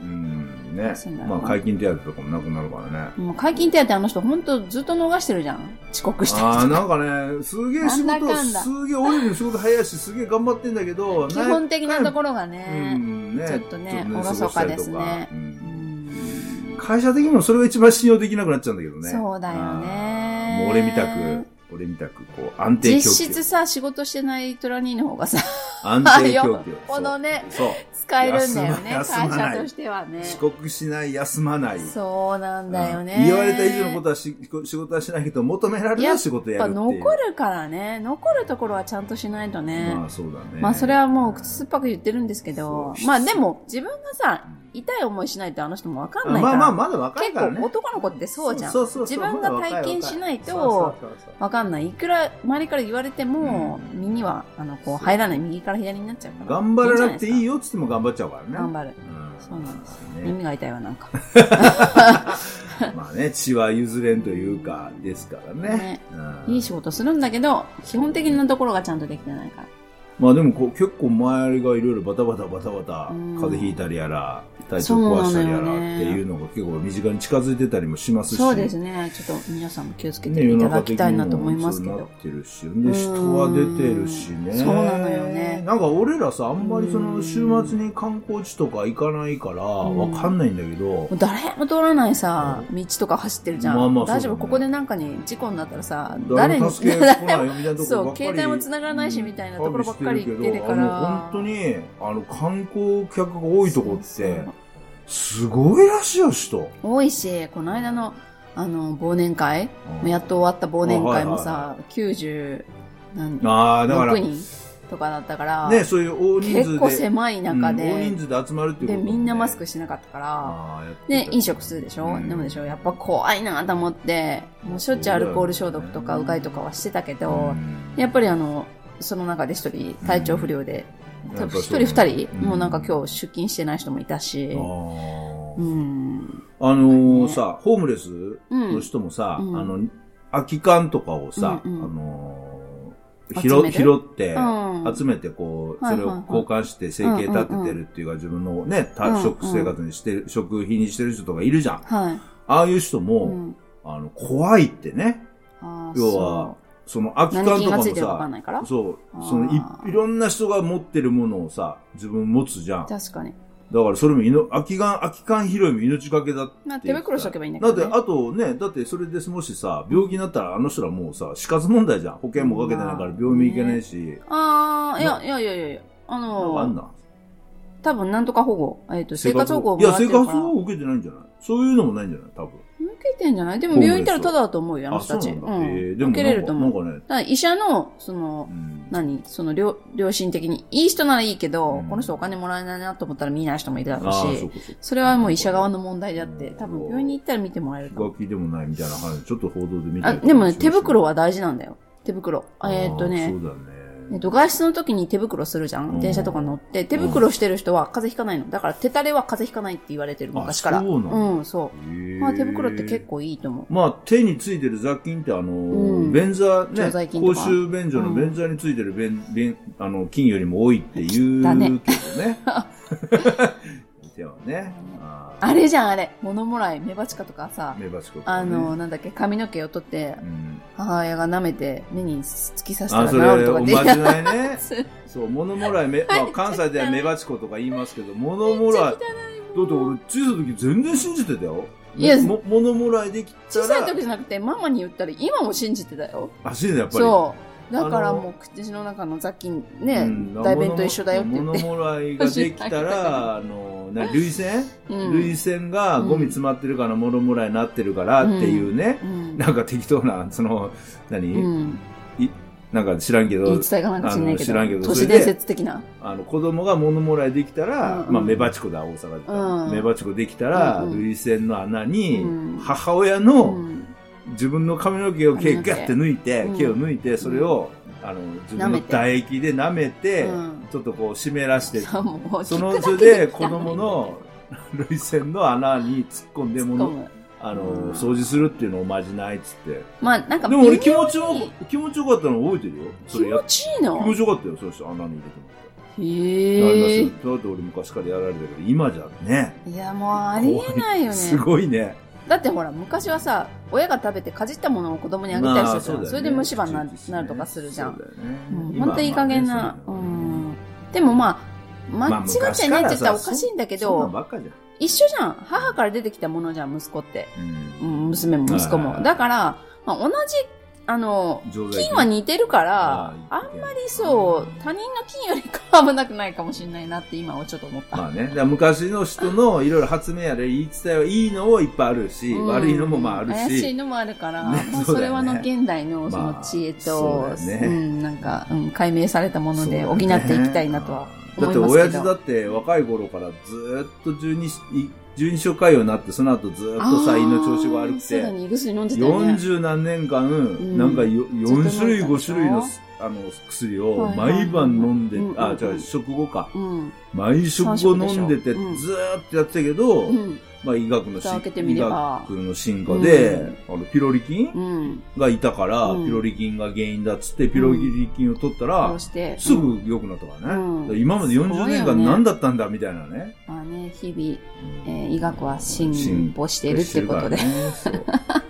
[SPEAKER 2] うん、ね
[SPEAKER 1] そうだ。な
[SPEAKER 2] まあ解禁手当とかもなくなるから
[SPEAKER 1] <laughs>
[SPEAKER 2] ね。
[SPEAKER 1] 2日もう解禁手当あの人ほんとずっと逃してるじゃん。遅刻した
[SPEAKER 2] ああ、
[SPEAKER 1] りとか。
[SPEAKER 2] なんかね、すげえ仕
[SPEAKER 1] なんだ
[SPEAKER 2] 事、
[SPEAKER 1] かんだ
[SPEAKER 2] すげえ俺よりも仕事早いし、すげえ頑張ってんだけど、
[SPEAKER 1] <laughs> 基本的なところが
[SPEAKER 2] う
[SPEAKER 1] ね。
[SPEAKER 2] んね、
[SPEAKER 1] ちょっとね
[SPEAKER 2] ちょっ
[SPEAKER 1] おろそかですね
[SPEAKER 2] 過ごしたりとかう
[SPEAKER 1] うんん
[SPEAKER 2] 会社的にもそれが一番信用できなくなっちゃうんだけどね。
[SPEAKER 1] そうだよね
[SPEAKER 2] あーもう俺みたく、俺みたく、こう、安定供給。
[SPEAKER 1] 実質さ、仕事してないトラニーの方がさ、
[SPEAKER 2] 安定供
[SPEAKER 1] <laughs> よ
[SPEAKER 2] 給。
[SPEAKER 1] っぽどね
[SPEAKER 2] そう。
[SPEAKER 1] 使えるんだよね、会
[SPEAKER 2] 休まない
[SPEAKER 1] 社としてはね。
[SPEAKER 2] そう遅刻しない、休まない。
[SPEAKER 1] そうなんだよね。
[SPEAKER 2] うん言われた以上のことはし仕事はしないけど、求められる仕事
[SPEAKER 1] や
[SPEAKER 2] や
[SPEAKER 1] っ
[SPEAKER 2] る
[SPEAKER 1] ぱ
[SPEAKER 2] っていう。
[SPEAKER 1] 残るからね、残るところはちゃんとしないとね。
[SPEAKER 2] まあそうだね。
[SPEAKER 1] まあそれはもう口酸っぱく言ってるんですけど
[SPEAKER 2] そ、う
[SPEAKER 1] まあでも自分がさ、痛い思いしないとあの人もわかん
[SPEAKER 2] ま
[SPEAKER 1] ない
[SPEAKER 2] あ
[SPEAKER 1] から、
[SPEAKER 2] まあ、まだ若い
[SPEAKER 1] 結
[SPEAKER 2] からね。
[SPEAKER 1] 構男の子ってそうじゃん。
[SPEAKER 2] そうそうそう
[SPEAKER 1] 自分が体験しないと、
[SPEAKER 2] そうそうそう
[SPEAKER 1] わかんない。いくら周りから言われても、
[SPEAKER 2] う
[SPEAKER 1] 身には、あの、こう
[SPEAKER 2] そう
[SPEAKER 1] 入らない。右から左になっちゃうから。
[SPEAKER 2] 頑張らなくていい
[SPEAKER 1] よ。
[SPEAKER 2] よっつっても頑張っちゃうからね。
[SPEAKER 1] 頑張る。
[SPEAKER 2] うん
[SPEAKER 1] そうなんです
[SPEAKER 2] ね
[SPEAKER 1] 耳が痛いわ、なんか。
[SPEAKER 2] まあね、血は譲れんというか、ですからね。
[SPEAKER 1] ね
[SPEAKER 2] うん
[SPEAKER 1] いい仕事するんだけど、基本的なところがちゃんとできてないから。
[SPEAKER 2] まあでもこう結構周りがいろいろバタバタバタバタ、
[SPEAKER 1] うん
[SPEAKER 2] 風邪ひいたりやら、体調壊したりや
[SPEAKER 1] そうなの
[SPEAKER 2] らっ
[SPEAKER 1] よね
[SPEAKER 2] ていうのが結構身近に近づいてたりもしますし。
[SPEAKER 1] そうですね。ちょっと皆さんも気をつけ
[SPEAKER 2] ね
[SPEAKER 1] ていただきたいなと思いますけ
[SPEAKER 2] 世の
[SPEAKER 1] ど。
[SPEAKER 2] 中的にもそうなってるし、で、人は出てるしね。
[SPEAKER 1] そうなのよね
[SPEAKER 2] なんか俺らさ、あんまりその週
[SPEAKER 1] うん
[SPEAKER 2] 末に観光地とか行かないから、
[SPEAKER 1] ん
[SPEAKER 2] わかんないんだけど
[SPEAKER 1] もう、誰も通らないさ、道とか走ってるじゃん。
[SPEAKER 2] まあまあそうだ
[SPEAKER 1] 大
[SPEAKER 2] ね
[SPEAKER 1] 丈夫、ここでなんかに事故になったらさ、 <laughs> 誰
[SPEAKER 2] 誰
[SPEAKER 1] に
[SPEAKER 2] も、助け来ないよみたいなとこばっかり。
[SPEAKER 1] そう携帯も繋がらないしみたいなところばっかり行ってるから
[SPEAKER 2] うんあの本当に、あの、観光客が多いとこっ
[SPEAKER 1] そうそ
[SPEAKER 2] て
[SPEAKER 1] う、
[SPEAKER 2] すごいらしいよ、人。
[SPEAKER 1] 多いし、この間の、あの、忘年会、もうやっと終わった忘年会もさ、90、何、
[SPEAKER 2] ああ、だから
[SPEAKER 1] 6、人とかだったから、
[SPEAKER 2] ね、そういう大人数で。
[SPEAKER 1] 結構狭い中で、
[SPEAKER 2] うん大人数で集まるっていうこ
[SPEAKER 1] で、
[SPEAKER 2] ともね
[SPEAKER 1] みんなマスクしてなかったから、
[SPEAKER 2] あーやってた
[SPEAKER 1] で、飲食するでしょ、
[SPEAKER 2] うん
[SPEAKER 1] でもでしょ、やっぱ怖いなと思って、もうしょっちゅうアルコール消毒とかうがいとかはしてたけ
[SPEAKER 2] う
[SPEAKER 1] ど、
[SPEAKER 2] ん
[SPEAKER 1] やっぱりあの、その中で一人体調不良で、
[SPEAKER 2] うん
[SPEAKER 1] 多
[SPEAKER 2] やっぱ
[SPEAKER 1] 分
[SPEAKER 2] そう
[SPEAKER 1] 一人二人、
[SPEAKER 2] うん
[SPEAKER 1] もうなんか今日出勤してない人もいたし、
[SPEAKER 2] あ
[SPEAKER 1] う
[SPEAKER 2] ー
[SPEAKER 1] ん。
[SPEAKER 2] あのーさ、ホームレス
[SPEAKER 1] うん
[SPEAKER 2] の人もさ、
[SPEAKER 1] うん
[SPEAKER 2] あの、空き缶とかをさ、
[SPEAKER 1] うんうん
[SPEAKER 2] あのー
[SPEAKER 1] 集めて
[SPEAKER 2] 拾拾って、
[SPEAKER 1] うん
[SPEAKER 2] 集めてこう、
[SPEAKER 1] はい
[SPEAKER 2] そ
[SPEAKER 1] は
[SPEAKER 2] れ
[SPEAKER 1] いはい
[SPEAKER 2] を交換して生計立ててるっていうか、自分のね、た
[SPEAKER 1] うんうん
[SPEAKER 2] 食生活にしてる、食費にしてる人とかいるじゃん。
[SPEAKER 1] はい。
[SPEAKER 2] ああいう人も、
[SPEAKER 1] うん、
[SPEAKER 2] あの、怖いってね。
[SPEAKER 1] あー
[SPEAKER 2] 要
[SPEAKER 1] そ
[SPEAKER 2] は、その空き
[SPEAKER 1] う
[SPEAKER 2] 缶
[SPEAKER 1] 何
[SPEAKER 2] と
[SPEAKER 1] 菌
[SPEAKER 2] か
[SPEAKER 1] が
[SPEAKER 2] も
[SPEAKER 1] ついてるか分かん
[SPEAKER 2] さ、
[SPEAKER 1] ないから
[SPEAKER 2] そう、その
[SPEAKER 1] あー
[SPEAKER 2] い、いろんな人が持ってるものをさ、自分持つじゃん。だ
[SPEAKER 1] 確かに。
[SPEAKER 2] からそれもいの、空き缶、空き缶拾いも命がけだって
[SPEAKER 1] まあ、
[SPEAKER 2] 言ってた。
[SPEAKER 1] 手袋しとけばいいんだけ
[SPEAKER 2] だ
[SPEAKER 1] ど、
[SPEAKER 2] って
[SPEAKER 1] ね。、
[SPEAKER 2] あとね、だってそれでもしさ、病気になったらあの人らもうさ、死活問題じゃん。保険もかけてないから
[SPEAKER 1] まあ
[SPEAKER 2] 病院も行けないし。
[SPEAKER 1] ああ、いや、いやいやいやいや、あ
[SPEAKER 2] なん
[SPEAKER 1] の
[SPEAKER 2] かあんな。
[SPEAKER 1] 多分なんとか保護、えっ、と、生活保護をも
[SPEAKER 2] い
[SPEAKER 1] ら
[SPEAKER 2] や、
[SPEAKER 1] って
[SPEAKER 2] 生
[SPEAKER 1] るから。
[SPEAKER 2] 活保護受けてないんじゃないそういうのもないんじゃない多分。
[SPEAKER 1] 受けてんじゃないでも病院行ったらただだと思うよ、あの人たち。
[SPEAKER 2] そうなんだ。
[SPEAKER 1] うん
[SPEAKER 2] えーでも
[SPEAKER 1] 受けれると思う。
[SPEAKER 2] な
[SPEAKER 1] だ
[SPEAKER 2] んかなんかね、
[SPEAKER 1] から医者の、その
[SPEAKER 2] う、ん
[SPEAKER 1] 何その良、良心的に、いい人ならいいけど、
[SPEAKER 2] うん
[SPEAKER 1] この人お金もらえないなと思ったら見ない人もいるだろう
[SPEAKER 2] ああ、そ
[SPEAKER 1] し
[SPEAKER 2] う、かそうか
[SPEAKER 1] それはもう医者側の問題であって、
[SPEAKER 2] うん
[SPEAKER 1] 多分病院に行ったら見てもらえると思う。
[SPEAKER 2] 浮気でもないみたいな話、ちょっと報道で見た
[SPEAKER 1] あ、
[SPEAKER 2] りとか
[SPEAKER 1] でもね、
[SPEAKER 2] しました
[SPEAKER 1] 手袋は大事なんだよ。手袋。
[SPEAKER 2] あー
[SPEAKER 1] えーっと
[SPEAKER 2] そ
[SPEAKER 1] ね、
[SPEAKER 2] うだ
[SPEAKER 1] えっ
[SPEAKER 2] ね。
[SPEAKER 1] と、外出の時に手袋するじゃ
[SPEAKER 2] うんん
[SPEAKER 1] 電車とか乗って。手袋してる人は風邪ひかないの。だから手垂れは風邪ひかないって言われてる、昔から。
[SPEAKER 2] あそうなんだ
[SPEAKER 1] うん、そ
[SPEAKER 2] え
[SPEAKER 1] う。
[SPEAKER 2] ー
[SPEAKER 1] まあ手袋って結。構いいと思う。
[SPEAKER 2] まあ、手についてる雑菌って、あの、
[SPEAKER 1] うん
[SPEAKER 2] 便座ね、
[SPEAKER 1] 常在菌と
[SPEAKER 2] 公
[SPEAKER 1] か
[SPEAKER 2] 衆便所の便座についてる便、便、あの、菌よりも多いって言う
[SPEAKER 1] だ
[SPEAKER 2] <laughs>
[SPEAKER 1] ね
[SPEAKER 2] けどね。ではね、あー
[SPEAKER 1] あれじゃん、あれ。物もらい、メバチカとかさ、
[SPEAKER 2] メバチコとか
[SPEAKER 1] あ
[SPEAKER 2] ね
[SPEAKER 1] の、、なんだっけ、髪の毛を取って
[SPEAKER 2] う、ん
[SPEAKER 1] 母親が舐めて、目に突き刺した
[SPEAKER 2] あ、
[SPEAKER 1] ら
[SPEAKER 2] それ、
[SPEAKER 1] 治るとか
[SPEAKER 2] お
[SPEAKER 1] っ
[SPEAKER 2] ま
[SPEAKER 1] て言っ
[SPEAKER 2] じ
[SPEAKER 1] た
[SPEAKER 2] ないね
[SPEAKER 1] <laughs> や。つ。
[SPEAKER 2] そう、物もらい、め、まあ、関西ではメバチコとか言いますけど、物もらい、だって俺、小さい時全然信じてたよ。
[SPEAKER 1] いや
[SPEAKER 2] も物もらいできた
[SPEAKER 1] 小
[SPEAKER 2] ら。
[SPEAKER 1] さい時じゃなくて、ママに言ったら、今も信じてたよ。
[SPEAKER 2] あ、信じてたやっぱり。
[SPEAKER 1] そう。だから
[SPEAKER 2] あの
[SPEAKER 1] もう、口の中の雑菌
[SPEAKER 2] う
[SPEAKER 1] ね
[SPEAKER 2] ん、
[SPEAKER 1] 大便と一緒だよって言っ
[SPEAKER 2] 物
[SPEAKER 1] て。
[SPEAKER 2] もらいができた
[SPEAKER 1] <laughs>
[SPEAKER 2] ら、あの、な、涙腺
[SPEAKER 1] うん
[SPEAKER 2] 涙腺がゴミ詰まってるから、物もらいになってるからっていうね。
[SPEAKER 1] うん。
[SPEAKER 2] なんか適当な、その、何、
[SPEAKER 1] うん。
[SPEAKER 2] いなんか知らんけ
[SPEAKER 1] 言い
[SPEAKER 2] ど、
[SPEAKER 1] 伝えがなんか知んないけ
[SPEAKER 2] あの知らんけ
[SPEAKER 1] ど、
[SPEAKER 2] ど
[SPEAKER 1] 都
[SPEAKER 2] そ
[SPEAKER 1] 市
[SPEAKER 2] れで
[SPEAKER 1] 伝説的な。
[SPEAKER 2] あの、子供が物もらいできたら、
[SPEAKER 1] うんうん
[SPEAKER 2] まあ、メバチコだ、大阪で。
[SPEAKER 1] うん
[SPEAKER 2] メバチコできたら、
[SPEAKER 1] うんうん
[SPEAKER 2] 涙腺の穴に
[SPEAKER 1] うん、
[SPEAKER 2] 母親
[SPEAKER 1] う
[SPEAKER 2] の
[SPEAKER 1] ん。
[SPEAKER 2] 自分の髪の毛を毛
[SPEAKER 1] 髪の毛
[SPEAKER 2] ガッて抜いて
[SPEAKER 1] うん、
[SPEAKER 2] 毛を抜いて、それを、あの、自分
[SPEAKER 1] 舐め
[SPEAKER 2] の
[SPEAKER 1] て
[SPEAKER 2] 唾液で舐めて
[SPEAKER 1] うん、
[SPEAKER 2] ちょっとこう湿らして、
[SPEAKER 1] そうもう
[SPEAKER 2] そ
[SPEAKER 1] 聞
[SPEAKER 2] の、
[SPEAKER 1] く
[SPEAKER 2] そ
[SPEAKER 1] だ
[SPEAKER 2] れ
[SPEAKER 1] け
[SPEAKER 2] で子供の涙腺の穴に突っ込んで
[SPEAKER 1] 突っ
[SPEAKER 2] も
[SPEAKER 1] 込
[SPEAKER 2] の、
[SPEAKER 1] む
[SPEAKER 2] あ
[SPEAKER 1] うん
[SPEAKER 2] の、掃除するっていうのをまじないっつって。
[SPEAKER 1] まあ、なんか、
[SPEAKER 2] でも俺気持ちよ、気持ちよかったの覚えてるよ。そ
[SPEAKER 1] 気
[SPEAKER 2] れや
[SPEAKER 1] 持
[SPEAKER 2] っ
[SPEAKER 1] ちいい
[SPEAKER 2] 気
[SPEAKER 1] の
[SPEAKER 2] 持ちよかったよ、その人穴に入れても。
[SPEAKER 1] へえ
[SPEAKER 2] なりま。すよ。だって俺昔からやられたけど、今じゃね。
[SPEAKER 1] いや、もうありえないよね。
[SPEAKER 2] すごいね。
[SPEAKER 1] だってほら、昔はさ、親が食べてかじったものを子供にあげたりしてたじゃん
[SPEAKER 2] まあ
[SPEAKER 1] それで虫歯にな
[SPEAKER 2] そうだよね
[SPEAKER 1] なるとかするじゃん。
[SPEAKER 2] そうだよね
[SPEAKER 1] うん
[SPEAKER 2] 今
[SPEAKER 1] 本当いい加減な、
[SPEAKER 2] まあね
[SPEAKER 1] うん。でもまあ、間違っちゃいないって言ったらおかしいんだけ
[SPEAKER 2] そんなん
[SPEAKER 1] ど、
[SPEAKER 2] ばっかじゃん
[SPEAKER 1] 一緒じゃん。母から出てきたものじゃん、息子って。
[SPEAKER 2] うん
[SPEAKER 1] うん、娘も息子
[SPEAKER 2] は
[SPEAKER 1] も。
[SPEAKER 2] い
[SPEAKER 1] だから、まあ、同じ、あの、
[SPEAKER 2] 常在
[SPEAKER 1] 金は似てるから、あんま
[SPEAKER 2] んま
[SPEAKER 1] りそう、他人の金よりかは危なくないかもしれないなって今はちょっと思った。
[SPEAKER 2] まあね、だから昔の人のいろいろ発明やれ言い伝えはいいのもいっぱいあるし、
[SPEAKER 1] うん
[SPEAKER 2] 悪いのもまあある
[SPEAKER 1] 怪しい
[SPEAKER 2] し、
[SPEAKER 1] のもあるから、
[SPEAKER 2] ね
[SPEAKER 1] まあ、
[SPEAKER 2] そ
[SPEAKER 1] そう
[SPEAKER 2] だ
[SPEAKER 1] れ
[SPEAKER 2] よね
[SPEAKER 1] はあの現代のその知恵と、
[SPEAKER 2] まあそうだよね
[SPEAKER 1] ん、なんか、うん、解明されたもので補
[SPEAKER 2] そ
[SPEAKER 1] っ
[SPEAKER 2] う
[SPEAKER 1] て
[SPEAKER 2] だ
[SPEAKER 1] い
[SPEAKER 2] よね
[SPEAKER 1] きたいなとは
[SPEAKER 2] だ
[SPEAKER 1] 思
[SPEAKER 2] っ
[SPEAKER 1] い
[SPEAKER 2] て
[SPEAKER 1] ますけ
[SPEAKER 2] 親
[SPEAKER 1] ど。
[SPEAKER 2] 父だって若い頃からずーっと十二十二章通いになって、その後ずーっと
[SPEAKER 1] あ
[SPEAKER 2] さ、
[SPEAKER 1] ー
[SPEAKER 2] 胃の調子が悪く
[SPEAKER 1] そうだ
[SPEAKER 2] て、
[SPEAKER 1] ね、胃薬飲んでたよね。
[SPEAKER 2] 四十何年間、
[SPEAKER 1] ん
[SPEAKER 2] なんかよ四種類
[SPEAKER 1] ずっと飲んでたで
[SPEAKER 2] 五
[SPEAKER 1] しょ
[SPEAKER 2] 種類のあの薬を
[SPEAKER 1] はいはいはい
[SPEAKER 2] 毎晩飲んで
[SPEAKER 1] うんうんう、ん
[SPEAKER 2] あ、じゃあ食後か。
[SPEAKER 1] うん。
[SPEAKER 2] 毎食後飲んでて、
[SPEAKER 1] 三食でしょうん
[SPEAKER 2] ずーっとやってたけど、
[SPEAKER 1] うん。
[SPEAKER 2] まあ医学の
[SPEAKER 1] 蓋を開けて
[SPEAKER 2] 進
[SPEAKER 1] み
[SPEAKER 2] 医
[SPEAKER 1] れ
[SPEAKER 2] 学
[SPEAKER 1] ば
[SPEAKER 2] の進化で、あのピロリ菌、
[SPEAKER 1] うん。
[SPEAKER 2] がいたから、
[SPEAKER 1] うん
[SPEAKER 2] ピロリ菌が原因だっつって、ピロリ菌を取ったら、
[SPEAKER 1] こうして。
[SPEAKER 2] す
[SPEAKER 1] うん。
[SPEAKER 2] ぐ良くなったからね。
[SPEAKER 1] うん
[SPEAKER 2] だから今まで40年
[SPEAKER 1] すごいよ
[SPEAKER 2] 間
[SPEAKER 1] ね
[SPEAKER 2] 何だったんだみたいなね。
[SPEAKER 1] まあね、日々、え
[SPEAKER 2] うん
[SPEAKER 1] ー医学は進歩しているっていうことで。
[SPEAKER 2] 進歩してるからね
[SPEAKER 1] <laughs>
[SPEAKER 2] そう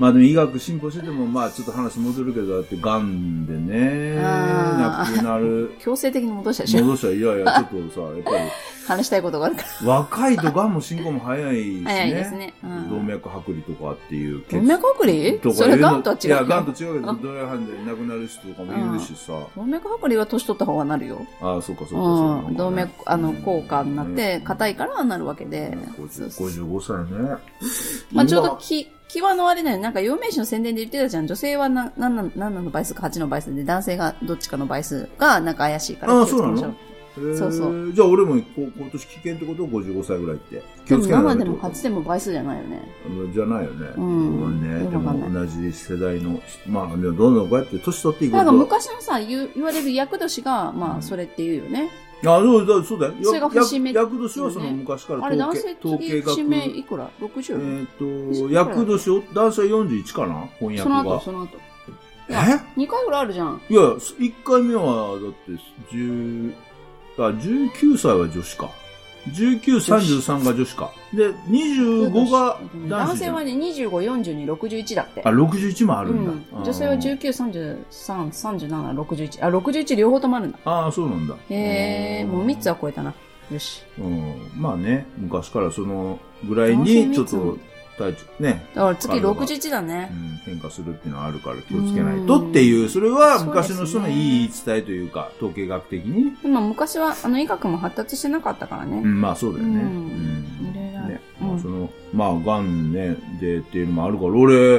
[SPEAKER 2] まあでも医学進歩してても、まあちょっと話戻るけど、だって癌でね、
[SPEAKER 1] あ
[SPEAKER 2] 亡くなる。
[SPEAKER 1] 強制的に戻したでしょ
[SPEAKER 2] 戻したら、いやいや、ちょっとさ、やっぱ
[SPEAKER 1] 話したいことがあるから。
[SPEAKER 2] り、若いと癌も進行も早いしね。
[SPEAKER 1] 早いですね。うん
[SPEAKER 2] 動脈剥離とかっていう血
[SPEAKER 1] 動脈剥離
[SPEAKER 2] とか
[SPEAKER 1] そ
[SPEAKER 2] いうの
[SPEAKER 1] れガンとは違う
[SPEAKER 2] い
[SPEAKER 1] よ。
[SPEAKER 2] や、癌と違うけど、動脈剥離で亡くなる人とかもいるしさ。
[SPEAKER 1] 動脈剥離は年取った方がなるよ。
[SPEAKER 2] ああ、そうか、そうか。そうか
[SPEAKER 1] うん、動脈、あの、硬化になって、
[SPEAKER 2] ね
[SPEAKER 1] 硬いからなるわけで。
[SPEAKER 2] 50
[SPEAKER 1] そうそう
[SPEAKER 2] 55歳ね。
[SPEAKER 1] まあ、ちょうど
[SPEAKER 2] 今
[SPEAKER 1] き、際のあれだよね。なんか、陽明酒の宣伝で言ってたじゃん。女性はな、なんな、なんなの倍数か8の倍数で、男性がどっちかの倍数が、なんか怪しいから
[SPEAKER 2] あー
[SPEAKER 1] 気をつけましょ
[SPEAKER 2] そう
[SPEAKER 1] う。
[SPEAKER 2] そう。
[SPEAKER 1] そう
[SPEAKER 2] じゃあ俺もこう今年危険ってこと55歳ぐらいって。気
[SPEAKER 1] で
[SPEAKER 2] を
[SPEAKER 1] も
[SPEAKER 2] つけない
[SPEAKER 1] 生
[SPEAKER 2] と。
[SPEAKER 1] でも8でも倍数じゃないよね。
[SPEAKER 2] じゃないよね。
[SPEAKER 1] うん
[SPEAKER 2] ごめね。で
[SPEAKER 1] わかんな
[SPEAKER 2] も
[SPEAKER 1] い
[SPEAKER 2] 同じ世代の、まあでもどんどんこうやって年取っていく
[SPEAKER 1] なんか
[SPEAKER 2] と。
[SPEAKER 1] 昔のさ、言う言われる厄年が、まあ、それっていうよね。
[SPEAKER 2] あ、そうだ、そうだよ。
[SPEAKER 1] それが節目
[SPEAKER 2] や役年はその昔か
[SPEAKER 1] あ
[SPEAKER 2] ら
[SPEAKER 1] れ、男
[SPEAKER 2] 統計
[SPEAKER 1] 性、
[SPEAKER 2] 統計
[SPEAKER 1] 次、
[SPEAKER 2] 学。
[SPEAKER 1] 締めいくら
[SPEAKER 2] え
[SPEAKER 1] ?60?
[SPEAKER 2] っと、役年を、男性は41かな翻
[SPEAKER 1] その
[SPEAKER 2] 訳
[SPEAKER 1] 後、
[SPEAKER 2] が。
[SPEAKER 1] その後。
[SPEAKER 2] え
[SPEAKER 1] 2回ぐらいあるじゃん。
[SPEAKER 2] いや、1回目は、だって、10、あ、19歳は女子か。19、33が女子か。で、25が男
[SPEAKER 1] 男
[SPEAKER 2] 子じ
[SPEAKER 1] 性
[SPEAKER 2] ゃん。
[SPEAKER 1] はね、25、42、61だって。
[SPEAKER 2] あ、61もあるんだ。
[SPEAKER 1] うん、女性は19、33、37、61。あ、61両方ともあるんだ。
[SPEAKER 2] ああ、そうなんだ。
[SPEAKER 1] へえ、もう3つは超えたな。よし。
[SPEAKER 2] うん、まあね、昔からそのぐらいに、ちょっと体調、ね、
[SPEAKER 1] だから次61だね
[SPEAKER 2] う。ん、変化するっていうのはあるから気をつけないとっていう、それは昔の人のいい伝えというか、統計学的に、
[SPEAKER 1] でも昔は、あの、医学も発達してなかったから
[SPEAKER 2] う
[SPEAKER 1] ね。
[SPEAKER 2] ん、まあそうだよね。
[SPEAKER 1] う
[SPEAKER 2] うんん。
[SPEAKER 1] いろいろある
[SPEAKER 2] ね
[SPEAKER 1] うん
[SPEAKER 2] まあその、まあ、がんね、でっていうのもあるから、俺、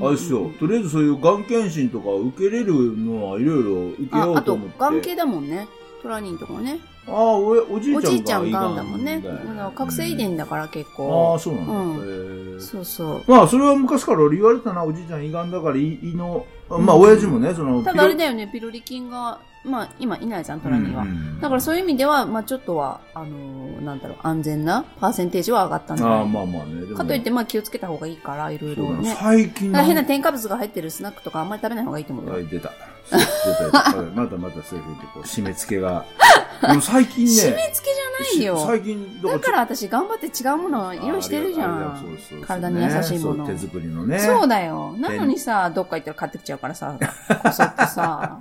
[SPEAKER 2] あれです
[SPEAKER 1] うん
[SPEAKER 2] よ
[SPEAKER 1] う、ん
[SPEAKER 2] とりあえずそういうがん検診とか受けれるのはいろいろ受け
[SPEAKER 1] あ
[SPEAKER 2] よ
[SPEAKER 1] あ
[SPEAKER 2] うと
[SPEAKER 1] と
[SPEAKER 2] 思って。、
[SPEAKER 1] がん系だもんね。トラニンとかね。
[SPEAKER 2] ああ、俺、おじ
[SPEAKER 1] おじ
[SPEAKER 2] い
[SPEAKER 1] いち
[SPEAKER 2] ち
[SPEAKER 1] ゃ
[SPEAKER 2] ゃ
[SPEAKER 1] ん
[SPEAKER 2] んが
[SPEAKER 1] がんだもんね。
[SPEAKER 2] よ
[SPEAKER 1] あの覚醒遺
[SPEAKER 2] うん
[SPEAKER 1] 伝だから結
[SPEAKER 2] あ
[SPEAKER 1] 構
[SPEAKER 2] あ、。そうなんだ。
[SPEAKER 1] うん
[SPEAKER 2] へー
[SPEAKER 1] そうそう。
[SPEAKER 2] まあ、それは昔から俺言われたな、おじいちゃん胃がんだから、胃胃の、あまあ、
[SPEAKER 1] うん
[SPEAKER 2] 親父もね、その、
[SPEAKER 1] ただあれだよね、ピロリ菌が、まあ今いないじゃん、トラニンは。だかららそういう意味では、まあちょっとは、あのーなんだろう、安全なパーセンテージは上がったんだ
[SPEAKER 2] ああ、まあまあね。でも
[SPEAKER 1] かといって、まあ気をつけた方がいいから、いろい
[SPEAKER 2] そう
[SPEAKER 1] ろ
[SPEAKER 2] だな
[SPEAKER 1] ね。
[SPEAKER 2] 最近
[SPEAKER 1] だから変な
[SPEAKER 2] 手。
[SPEAKER 1] 添加物が入ってるスナックとかあんまり食べない方がいいと思う
[SPEAKER 2] は
[SPEAKER 1] よ。
[SPEAKER 2] い、出た。そう出た。はいまたまたそういうふうに、こう、締め付
[SPEAKER 1] <laughs>
[SPEAKER 2] けが。でも最近
[SPEAKER 1] 締め
[SPEAKER 2] ね。
[SPEAKER 1] 付けじゃない
[SPEAKER 2] し
[SPEAKER 1] よ。
[SPEAKER 2] 最近、
[SPEAKER 1] だから
[SPEAKER 2] ら
[SPEAKER 1] 私頑張って違うものを
[SPEAKER 2] ちょっと、
[SPEAKER 1] 用意してるじゃ
[SPEAKER 2] ありがとうありがとうそううそうそう
[SPEAKER 1] 体に優しいもの
[SPEAKER 2] そう手作りのね。
[SPEAKER 1] ん。そうだよ。なのにさ、どっか行ったら買ってきちゃうからさ、こそっとさ。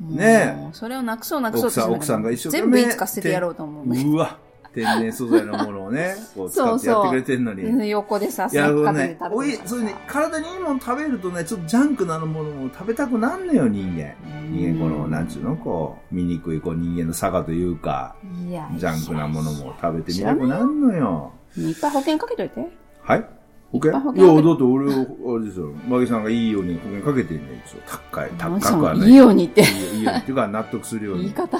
[SPEAKER 2] ねえ
[SPEAKER 1] もうそれをなくそうなくそうって
[SPEAKER 2] 奥さん奥さんが一生懸
[SPEAKER 1] 全
[SPEAKER 2] 命
[SPEAKER 1] 部いつか捨ててやろうと思うね。
[SPEAKER 2] うわ、天然素材のものをね、こう、使ってやってくれてんのに。
[SPEAKER 1] うん横でさ、
[SPEAKER 2] い
[SPEAKER 1] スナッ
[SPEAKER 2] や、
[SPEAKER 1] ク
[SPEAKER 2] もう
[SPEAKER 1] カフェで食べて
[SPEAKER 2] ね
[SPEAKER 1] るから、さ
[SPEAKER 2] おい、そうね、体にいいもの食べるとね、ちょっとジャンクなものも食べたくなんのよ、人間。人間、この、なんちゅうの、こう、醜い、こう、人間の差がというか、
[SPEAKER 1] いや
[SPEAKER 2] ジャンクなものも食べてみたくなんのよ。
[SPEAKER 1] いっぱい保険かけといて。
[SPEAKER 2] はい保険い
[SPEAKER 1] いっぱい保険
[SPEAKER 2] や、だって俺、あれですよ、マギさんがいいように保険かけてんねん、一応。高い、
[SPEAKER 1] マ
[SPEAKER 2] 高
[SPEAKER 1] ンション
[SPEAKER 2] くはない。
[SPEAKER 1] いいようにって。
[SPEAKER 2] いいよいいよっていうか、納得するよう
[SPEAKER 1] 言い
[SPEAKER 2] に。
[SPEAKER 1] 方。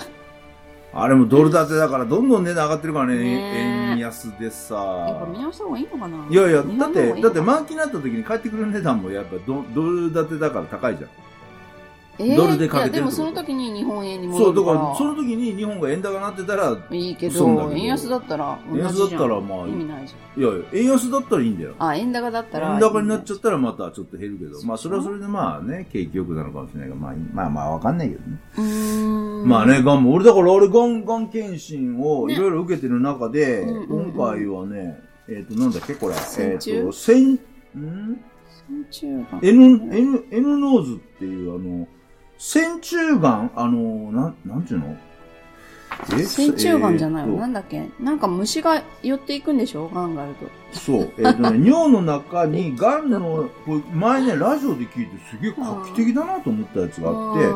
[SPEAKER 2] あれもドル建てだから、どんどん値段上がってるから
[SPEAKER 1] ね
[SPEAKER 2] ね、
[SPEAKER 1] え
[SPEAKER 2] 円安で
[SPEAKER 1] やっぱ
[SPEAKER 2] さ。
[SPEAKER 1] 見直した方がいいのかない
[SPEAKER 2] いやいや、
[SPEAKER 1] 見
[SPEAKER 2] だ
[SPEAKER 1] 直した方
[SPEAKER 2] っ
[SPEAKER 1] がい
[SPEAKER 2] て、
[SPEAKER 1] いの
[SPEAKER 2] だっ
[SPEAKER 1] か
[SPEAKER 2] て満期になった時に帰ってくる値段もやっぱドドル建てだから高いじゃん。
[SPEAKER 1] えー
[SPEAKER 2] ドルでかけてるっ
[SPEAKER 1] い
[SPEAKER 2] てこと
[SPEAKER 1] やでもその時に日本円に
[SPEAKER 2] そ
[SPEAKER 1] 戻
[SPEAKER 2] う、だ
[SPEAKER 1] るか。
[SPEAKER 2] からら、その時に日本が円高になってたら、
[SPEAKER 1] いいけ
[SPEAKER 2] そうだけ
[SPEAKER 1] ど、
[SPEAKER 2] ど
[SPEAKER 1] 円安だったら同
[SPEAKER 2] 円
[SPEAKER 1] じじゃん。
[SPEAKER 2] 安だったらまあ
[SPEAKER 1] 意味ないじ
[SPEAKER 2] いやいや、円安だったらいいんだよ。
[SPEAKER 1] ゃん。あ、円高だったら。
[SPEAKER 2] 円高になっちゃ
[SPEAKER 1] っ
[SPEAKER 2] ったらまたちょっと減るけど、まあそれはそれでまあね、景気良くなるかもしれないけど、まあまあまあわかんないけどね。
[SPEAKER 1] た。うーん。
[SPEAKER 2] まあ。ね、がんも、俺だから俺がん、がん検診をいろいろ受けてる中で、
[SPEAKER 1] ねうんうんうん
[SPEAKER 2] 今回はね、えっ、と、なんだっけこれ、えっ、
[SPEAKER 1] 線虫
[SPEAKER 2] と、線、ん
[SPEAKER 1] 中が
[SPEAKER 2] N、N、N ノーズっていう、あの、線虫がんあの、なん、なんちゅうのえ
[SPEAKER 1] 線虫がんじゃない
[SPEAKER 2] えー
[SPEAKER 1] の
[SPEAKER 2] と
[SPEAKER 1] なんだっけなんか虫が寄っていくんでしょガンがあると。
[SPEAKER 2] そう。えっ、と
[SPEAKER 1] <laughs>
[SPEAKER 2] ね、尿の中にがんの、これ前ね、ラジオで聞いてすげえ画期的だなと思ったやつがあって、
[SPEAKER 1] っ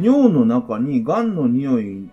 [SPEAKER 2] 尿の中にがんの匂い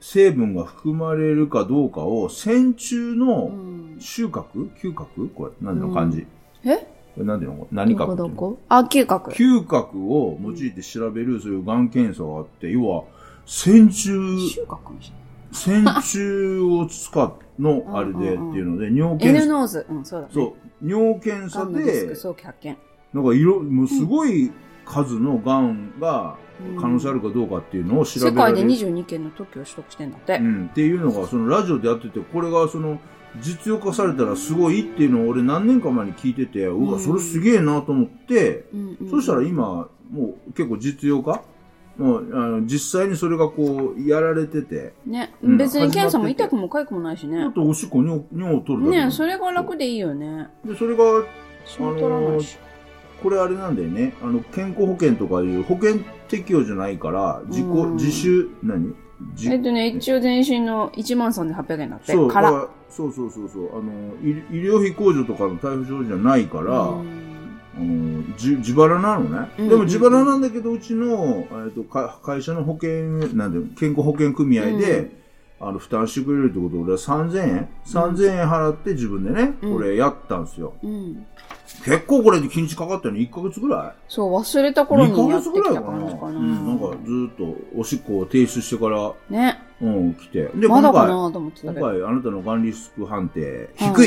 [SPEAKER 2] 成分が含まれるかどうかを、線虫
[SPEAKER 1] う
[SPEAKER 2] の
[SPEAKER 1] ん。
[SPEAKER 2] 嗅覚嗅覚これ、何ていうの漢字。
[SPEAKER 1] え
[SPEAKER 2] これ何ていうの何
[SPEAKER 1] ど
[SPEAKER 2] 覚
[SPEAKER 1] こ
[SPEAKER 2] ってい
[SPEAKER 1] ど
[SPEAKER 2] うの
[SPEAKER 1] こあ、嗅覚。
[SPEAKER 2] 嗅覚を用いて調べる、そういうがん検査があって、要は、線
[SPEAKER 1] <laughs>
[SPEAKER 2] 虫、
[SPEAKER 1] 嗅覚かもし
[SPEAKER 2] 線虫を使うの
[SPEAKER 1] うん
[SPEAKER 2] あれでって
[SPEAKER 1] うんうん
[SPEAKER 2] いうので、尿
[SPEAKER 1] れない。N
[SPEAKER 2] 検査、
[SPEAKER 1] ノーズ。うん、そうだね。
[SPEAKER 2] そう、尿検
[SPEAKER 1] ガ
[SPEAKER 2] 査
[SPEAKER 1] ンのディス
[SPEAKER 2] で
[SPEAKER 1] ク、早期発見。
[SPEAKER 2] なんかいろ、もうすごい数のがんが
[SPEAKER 1] うん
[SPEAKER 2] 可能性あるかどうかっていうのを調べ
[SPEAKER 1] 世
[SPEAKER 2] ら
[SPEAKER 1] 界
[SPEAKER 2] れ
[SPEAKER 1] で
[SPEAKER 2] る。
[SPEAKER 1] 22件の特許を取得してんだって
[SPEAKER 2] う。ん、っていうのが、そのラジオでやってて、これがその、実用化されたらすごいっていうのを俺何年か前に聞いてて、う
[SPEAKER 1] う
[SPEAKER 2] わ、
[SPEAKER 1] ん
[SPEAKER 2] それすげえなと思って、
[SPEAKER 1] うんうん
[SPEAKER 2] そしたら今、もう結構実用化もうあの実際にそれがこう、やられてて、
[SPEAKER 1] ね、
[SPEAKER 2] うん
[SPEAKER 1] 別に検査も
[SPEAKER 2] 始まってて
[SPEAKER 1] 痛くも痒くもないし
[SPEAKER 2] ちょ
[SPEAKER 1] ね
[SPEAKER 2] っ。とおしっこ尿、尿を取るだけ
[SPEAKER 1] ね
[SPEAKER 2] で
[SPEAKER 1] それが楽でいいよね。
[SPEAKER 2] でそれが、
[SPEAKER 1] 死に取らないし。
[SPEAKER 2] これあれなんだよね、あの、健康保険とかいう保険適用じゃないから、自己
[SPEAKER 1] うん、
[SPEAKER 2] 自主、何自
[SPEAKER 1] えっとね、一応全身の1万3800円だって。
[SPEAKER 2] そう、
[SPEAKER 1] か
[SPEAKER 2] だ
[SPEAKER 1] ら。
[SPEAKER 2] らそうそうそうそう、あの、医医療費控除とかの対象じゃないから、
[SPEAKER 1] うん
[SPEAKER 2] あのじ自腹なのね、
[SPEAKER 1] うんうん
[SPEAKER 2] でも自腹なんだけど、うちの、えっとか会社の保険、なんで、健康保険組合で、
[SPEAKER 1] うん
[SPEAKER 2] あの負担してくれるってことで俺は3000円 ?3000 円払って自分でね、
[SPEAKER 1] うん
[SPEAKER 2] これやったんですよ。
[SPEAKER 1] うん。
[SPEAKER 2] 結構これで日にちかかったの1ヶ月ぐらい
[SPEAKER 1] そう、忘れた頃
[SPEAKER 2] 2
[SPEAKER 1] に
[SPEAKER 2] ヶ
[SPEAKER 1] やって
[SPEAKER 2] 月ぐ
[SPEAKER 1] き
[SPEAKER 2] らい
[SPEAKER 1] た
[SPEAKER 2] かな。
[SPEAKER 1] 感じか
[SPEAKER 2] う
[SPEAKER 1] な。
[SPEAKER 2] ん、なんかずーっとおしっこを提出してから、
[SPEAKER 1] ね。
[SPEAKER 2] うん、来て。で、
[SPEAKER 1] ま
[SPEAKER 2] 今
[SPEAKER 1] だか
[SPEAKER 2] 回、
[SPEAKER 1] なと思ってた
[SPEAKER 2] 今
[SPEAKER 1] けど。
[SPEAKER 2] 回あなたのがんリスク判定、低
[SPEAKER 1] はい
[SPEAKER 2] い
[SPEAKER 1] 低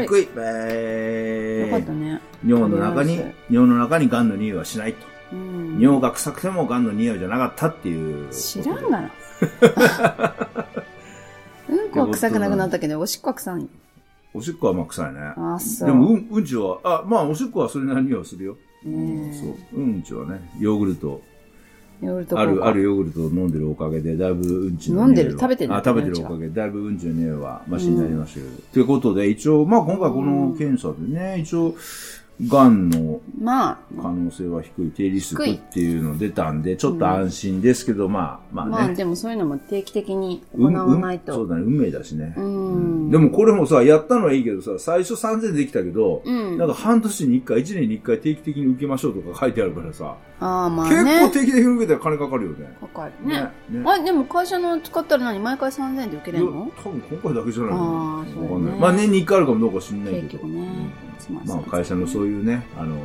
[SPEAKER 1] い
[SPEAKER 2] 低いべ
[SPEAKER 1] よかった
[SPEAKER 2] ー
[SPEAKER 1] ね。
[SPEAKER 2] 尿の中に
[SPEAKER 1] とりあえ、
[SPEAKER 2] 尿の中に癌の匂いはしないと。
[SPEAKER 1] うん。
[SPEAKER 2] 尿が臭くても癌の匂いじゃなかったっていう。
[SPEAKER 1] 知らんが
[SPEAKER 2] <laughs>
[SPEAKER 1] な。うんこは臭くなくなったけど、おしっこは臭い。
[SPEAKER 2] おしっこはまあ臭いね。
[SPEAKER 1] あ、そう。
[SPEAKER 2] でも、うん、うんちは、あ、まあ、おしっこはそれなりにはするよ。
[SPEAKER 1] ねえ
[SPEAKER 2] そう。うんちはね、ヨーグルト、
[SPEAKER 1] ヨーグルト
[SPEAKER 2] あ
[SPEAKER 1] 効
[SPEAKER 2] る、
[SPEAKER 1] 果
[SPEAKER 2] あるヨーグルトを飲んでるおかげで、だいぶうんちの
[SPEAKER 1] 飲ん
[SPEAKER 2] 匂いは
[SPEAKER 1] でる食べてる
[SPEAKER 2] あ、食べてるおかげで、だいぶうんちの匂いはマシになりましたけど。ということで、一応、まあ、今回この検査でね、一応、癌の
[SPEAKER 1] ま
[SPEAKER 2] 可能性は低い、低リスク
[SPEAKER 1] 低い
[SPEAKER 2] っていうの出たんで、ちょっと安心ですけど、まあ、ま
[SPEAKER 1] あ、
[SPEAKER 2] あね。
[SPEAKER 1] まあでもそういうのも定期的に行
[SPEAKER 2] う
[SPEAKER 1] わ
[SPEAKER 2] んうん
[SPEAKER 1] ないと。
[SPEAKER 2] そううだね、運命だしね。
[SPEAKER 1] ん。
[SPEAKER 2] でもこれもさ、やったのはいいけどさ、最初3000できたけど、
[SPEAKER 1] うん
[SPEAKER 2] なんか半年に1回、1年に1回定期的に受けましょうとか書いてあるからさ、
[SPEAKER 1] ああ、まあ
[SPEAKER 2] 結
[SPEAKER 1] ね
[SPEAKER 2] 構。定期的に受けたら金かかるよね。
[SPEAKER 1] かかるね。
[SPEAKER 2] ね。ね
[SPEAKER 1] あ、でも会社の使ったら何毎回3000円で受けれるの
[SPEAKER 2] いや多分今回だけじゃない
[SPEAKER 1] ああそうだね
[SPEAKER 2] わかんないまあ年に1回あるかもどうか知んないけ
[SPEAKER 1] 結
[SPEAKER 2] ど。
[SPEAKER 1] 局ね。すまん
[SPEAKER 2] まあ会社のそういうね、あの、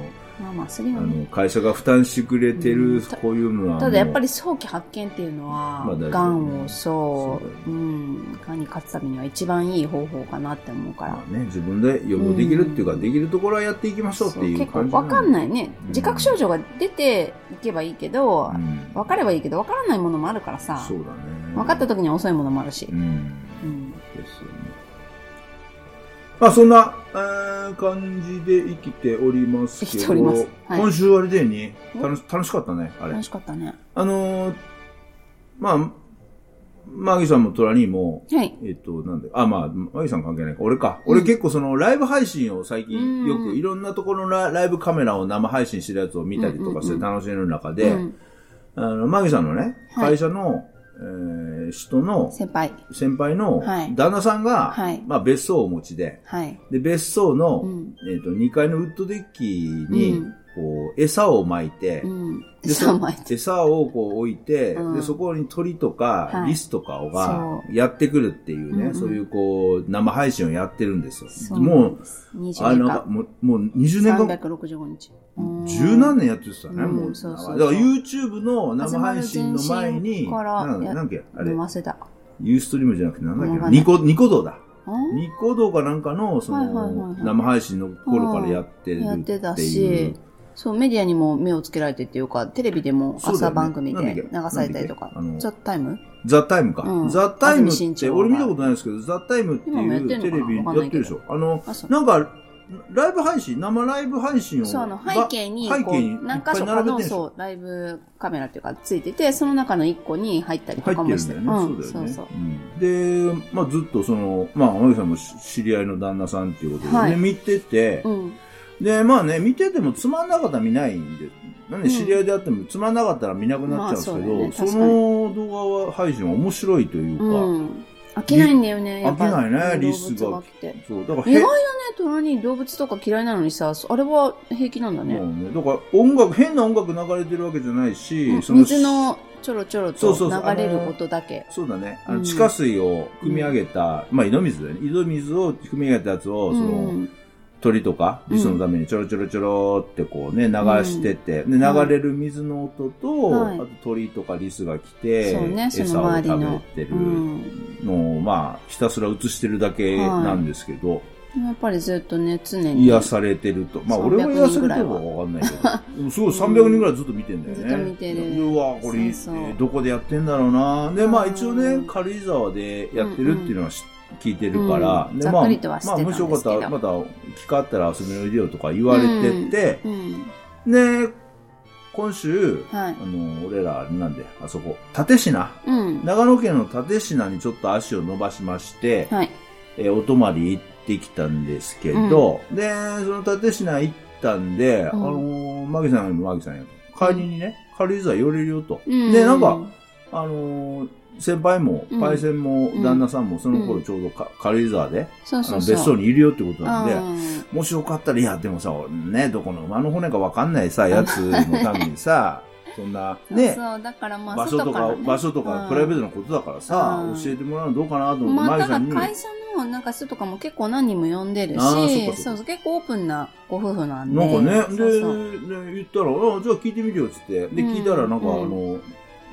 [SPEAKER 1] まあまあ、する
[SPEAKER 2] あ
[SPEAKER 1] よね。
[SPEAKER 2] の会社が負担してくれて
[SPEAKER 1] う
[SPEAKER 2] る
[SPEAKER 1] んた、
[SPEAKER 2] こういうのは。
[SPEAKER 1] ただやっぱ
[SPEAKER 2] り、
[SPEAKER 1] り早期発見っていうのは
[SPEAKER 2] まあ大事だ、ね
[SPEAKER 1] がんをそ
[SPEAKER 2] そうだよね
[SPEAKER 1] う、うん、がんに勝つためには一番いい方法かなって思うから
[SPEAKER 2] ま。あね、自分で予防できるっていうか、
[SPEAKER 1] うん
[SPEAKER 2] できるところはやっていきましょうっていう
[SPEAKER 1] 結構
[SPEAKER 2] 感じ。。
[SPEAKER 1] わかんないいね
[SPEAKER 2] うん。
[SPEAKER 1] 自覚症状が出ていけばいいけど
[SPEAKER 2] う、ん
[SPEAKER 1] 分かればいいけど、分からないものもあるからさ、
[SPEAKER 2] そうだね。
[SPEAKER 1] 分かった時には遅いものもあるし
[SPEAKER 2] う。ん。
[SPEAKER 1] うん。
[SPEAKER 2] ですよね。まあそんな、えー感じで生きております
[SPEAKER 1] 生き
[SPEAKER 2] け
[SPEAKER 1] て
[SPEAKER 2] ど、
[SPEAKER 1] おりますはい
[SPEAKER 2] 今週あれだよね
[SPEAKER 1] お
[SPEAKER 2] 楽し、楽しかったね、あれ
[SPEAKER 1] 楽。しかったね。
[SPEAKER 2] あのーまあ、マギさんもトラニーも、
[SPEAKER 1] はい。
[SPEAKER 2] えっと、なんで、あ、まあ、マギさん関係ないか。俺か。俺
[SPEAKER 1] うん
[SPEAKER 2] 結構そのライブ配信を最近よ
[SPEAKER 1] う
[SPEAKER 2] く
[SPEAKER 1] ん
[SPEAKER 2] いろんなところのラライブカメラを生配信してるやつを見たりとかし
[SPEAKER 1] うん
[SPEAKER 2] て
[SPEAKER 1] うん
[SPEAKER 2] 楽しんでる中で、
[SPEAKER 1] うん
[SPEAKER 2] あの、マギさんのね、
[SPEAKER 1] はい
[SPEAKER 2] 会社の、えー人の
[SPEAKER 1] 先輩。
[SPEAKER 2] 先輩の
[SPEAKER 1] はい
[SPEAKER 2] 旦那さんが、
[SPEAKER 1] はい
[SPEAKER 2] まあ別荘をお持ちで、
[SPEAKER 1] はい。
[SPEAKER 2] で、別荘の、
[SPEAKER 1] うん
[SPEAKER 2] えっと、2階のウッドデッキに、
[SPEAKER 1] うん
[SPEAKER 2] こう、餌を巻いて、
[SPEAKER 1] うん。
[SPEAKER 2] でそ
[SPEAKER 1] 3枚。
[SPEAKER 2] 餌をこう置いて、
[SPEAKER 1] うん
[SPEAKER 2] で、そこに鳥とか、
[SPEAKER 1] はい
[SPEAKER 2] リスとかが
[SPEAKER 1] そ
[SPEAKER 2] やってくるっていう
[SPEAKER 1] う
[SPEAKER 2] ね、
[SPEAKER 1] んうん
[SPEAKER 2] そういうこう、生配信をやってるんですよ。
[SPEAKER 1] そう
[SPEAKER 2] もう、あ
[SPEAKER 1] 20年
[SPEAKER 2] れなんか
[SPEAKER 1] 間。
[SPEAKER 2] もう、もう20年間、
[SPEAKER 1] 365日。
[SPEAKER 2] 十何年やってたね、
[SPEAKER 1] うん
[SPEAKER 2] もう。
[SPEAKER 1] そうそうそう
[SPEAKER 2] だから YouTube の生配信の前に、
[SPEAKER 1] 始まる前身から
[SPEAKER 2] なん
[SPEAKER 1] や
[SPEAKER 2] なんだっけ、あれ
[SPEAKER 1] 飲、ませた。
[SPEAKER 2] ユーストリームじゃなくてなんだっけ
[SPEAKER 1] わか
[SPEAKER 2] な、
[SPEAKER 1] んない
[SPEAKER 2] ニコ、ニコ動だ。
[SPEAKER 1] うん
[SPEAKER 2] ニコ動かなんかの、そ
[SPEAKER 1] はいはいはい
[SPEAKER 2] の、
[SPEAKER 1] はい
[SPEAKER 2] 生配信の頃からやってる
[SPEAKER 1] やっ
[SPEAKER 2] って
[SPEAKER 1] た
[SPEAKER 2] い
[SPEAKER 1] し
[SPEAKER 2] う。、
[SPEAKER 1] そう、メディアにも目をつけられてっていうか、テレビでも
[SPEAKER 2] そうだよ
[SPEAKER 1] 朝
[SPEAKER 2] ね
[SPEAKER 1] 番組
[SPEAKER 2] なん
[SPEAKER 1] で
[SPEAKER 2] だっ
[SPEAKER 1] 流
[SPEAKER 2] け
[SPEAKER 1] されたりとか
[SPEAKER 2] なんだっけあの。
[SPEAKER 1] ちょっとタイム
[SPEAKER 2] ザ・タイムか
[SPEAKER 1] う。ん
[SPEAKER 2] ザ・タイムっ
[SPEAKER 1] 安住紳一
[SPEAKER 2] て、
[SPEAKER 1] 郎が
[SPEAKER 2] 俺見たことないですけど、ザ・タイムって
[SPEAKER 1] 今もやっ
[SPEAKER 2] いう
[SPEAKER 1] てんのか
[SPEAKER 2] テ
[SPEAKER 1] な
[SPEAKER 2] レビや
[SPEAKER 1] わか
[SPEAKER 2] っ
[SPEAKER 1] んな
[SPEAKER 2] て
[SPEAKER 1] いけ
[SPEAKER 2] る
[SPEAKER 1] ど
[SPEAKER 2] でしょ。あの、
[SPEAKER 1] あ、そう。
[SPEAKER 2] なんか、ライブ配信、生ライブ配信を。
[SPEAKER 1] そう、あの、
[SPEAKER 2] が
[SPEAKER 1] 背景に、
[SPEAKER 2] 背
[SPEAKER 1] こ、
[SPEAKER 2] 景にいう
[SPEAKER 1] 何
[SPEAKER 2] っ
[SPEAKER 1] 箇
[SPEAKER 2] ぱい
[SPEAKER 1] 所
[SPEAKER 2] 並
[SPEAKER 1] か
[SPEAKER 2] べてん
[SPEAKER 1] の、
[SPEAKER 2] でしょ。
[SPEAKER 1] そう、ライブカメラっていうか、ついてて、その中の一個に入ったり
[SPEAKER 2] 入
[SPEAKER 1] と
[SPEAKER 2] っ
[SPEAKER 1] か
[SPEAKER 2] てる
[SPEAKER 1] も
[SPEAKER 2] ん
[SPEAKER 1] して
[SPEAKER 2] だよ
[SPEAKER 1] う
[SPEAKER 2] ね。そうだよね
[SPEAKER 1] そうそう。
[SPEAKER 2] うん。で、まあずっとその、まあ、天木さんも知知り合いの旦那さんっていうこと
[SPEAKER 1] は
[SPEAKER 2] で、
[SPEAKER 1] い
[SPEAKER 2] で見てて、
[SPEAKER 1] うん。
[SPEAKER 2] で、まあね、見ててもつまんなかったら見ないんで、なんで
[SPEAKER 1] うん
[SPEAKER 2] 知り合いであってもつまんなかったら見なくなっちゃうんですけど、
[SPEAKER 1] まあ
[SPEAKER 2] そ
[SPEAKER 1] そうだよね確かに
[SPEAKER 2] の動画は配信は面白いというか、
[SPEAKER 1] うん。飽きないんだよね、やっぱ
[SPEAKER 2] 飽きないね
[SPEAKER 1] うん
[SPEAKER 2] リスが
[SPEAKER 1] 動物来て。
[SPEAKER 2] そう、だから
[SPEAKER 1] 意
[SPEAKER 2] へ
[SPEAKER 1] 外だね、虎に動物とか嫌いなのにさ、あれは平気なんだね。
[SPEAKER 2] もうね、だから音楽、変な音楽流れてるわけじゃないし、
[SPEAKER 1] うん水のちょろちょろ
[SPEAKER 2] そ
[SPEAKER 1] と
[SPEAKER 2] うそうそう
[SPEAKER 1] 流れる音だけ。
[SPEAKER 2] そうだね、あ
[SPEAKER 1] う
[SPEAKER 2] の
[SPEAKER 1] ん
[SPEAKER 2] 地下水を汲み上げた、まあ井戸水だよね。井戸水を汲み上げたやつを、その、
[SPEAKER 1] うん
[SPEAKER 2] 鳥とか、
[SPEAKER 1] うん
[SPEAKER 2] リスのためにちょろちょろちょろってこうね、流してて、で
[SPEAKER 1] はい
[SPEAKER 2] 流れる水の音と、
[SPEAKER 1] はい
[SPEAKER 2] あと鳥とかリスが来て、
[SPEAKER 1] そうねその
[SPEAKER 2] 餌を
[SPEAKER 1] 周り
[SPEAKER 2] 食
[SPEAKER 1] の
[SPEAKER 2] べてる
[SPEAKER 1] うん
[SPEAKER 2] のを、まあ、ひたすら映してるだけなんですけど、
[SPEAKER 1] やっぱりずっとね、常に。
[SPEAKER 2] 癒されてると。まあ、
[SPEAKER 1] 300
[SPEAKER 2] 俺は癒されてるかわかんないけど、でもすごい300人ぐらいずっと見てんだよね。
[SPEAKER 1] ずっと見てる
[SPEAKER 2] うわ、これ、え
[SPEAKER 1] そうそう
[SPEAKER 2] ーどこでやってんだろうな。で、まあ
[SPEAKER 1] うん
[SPEAKER 2] 一応ね、軽井沢でやってるっていうのは知聞いてるから、
[SPEAKER 1] うん
[SPEAKER 2] で
[SPEAKER 1] ざっ
[SPEAKER 2] まあ
[SPEAKER 1] くりとは知って
[SPEAKER 2] ま
[SPEAKER 1] た
[SPEAKER 2] あ、
[SPEAKER 1] ん
[SPEAKER 2] も
[SPEAKER 1] です
[SPEAKER 2] し
[SPEAKER 1] け
[SPEAKER 2] よ
[SPEAKER 1] ど
[SPEAKER 2] かったら、また、機会あったら遊びにおいでよとか言われてて、
[SPEAKER 1] うん。
[SPEAKER 2] で、今週、
[SPEAKER 1] はい
[SPEAKER 2] あ。の、俺ら、なんで、あそこ、立科。
[SPEAKER 1] うん。
[SPEAKER 2] 長野県の立科にちょっと足を伸ばしまして、
[SPEAKER 1] はい。
[SPEAKER 2] えーお泊まり行ってきたんですけど、で、その立科行ったんで、あのー、マギさんよりもマギさんやと。帰りにね、軽井沢寄れるよと。
[SPEAKER 1] うん
[SPEAKER 2] で、なんか、、あのー先輩も
[SPEAKER 1] う、ん
[SPEAKER 2] パイセンも、
[SPEAKER 1] うん
[SPEAKER 2] 旦那さんも、その頃ちょうどか軽井沢で、
[SPEAKER 1] そう
[SPEAKER 2] あ
[SPEAKER 1] そ
[SPEAKER 2] の
[SPEAKER 1] うそう。
[SPEAKER 2] 別荘にいるよってことなんで、
[SPEAKER 1] うん
[SPEAKER 2] も
[SPEAKER 1] <laughs>
[SPEAKER 2] しよかったら、いや、でもさ、ね、どこの馬の骨かわかんないさ、やつのためにさ、そんな、
[SPEAKER 1] そう
[SPEAKER 2] ね、
[SPEAKER 1] そう、だからまあ、
[SPEAKER 2] 場所と
[SPEAKER 1] 外ら
[SPEAKER 2] か、
[SPEAKER 1] ね
[SPEAKER 2] 場所とか、プライベートなことだからさ
[SPEAKER 1] う、ん
[SPEAKER 2] 教えてもらうのどうかなと思っ
[SPEAKER 1] ま
[SPEAKER 2] て、
[SPEAKER 1] あ、
[SPEAKER 2] まゆ
[SPEAKER 1] た
[SPEAKER 2] さ
[SPEAKER 1] だ
[SPEAKER 2] んに、
[SPEAKER 1] 会社のなんか人とかも結構何人も呼んでるし、
[SPEAKER 2] あーそっかそっか
[SPEAKER 1] そうそう結構オープンなご夫婦なんで。
[SPEAKER 2] なんかね、
[SPEAKER 1] そう
[SPEAKER 2] で、
[SPEAKER 1] そう
[SPEAKER 2] ね言ったら、あじゃあ聞いてみるよっつって、で、
[SPEAKER 1] うん
[SPEAKER 2] 聞いたらなんかあ
[SPEAKER 1] うん
[SPEAKER 2] の、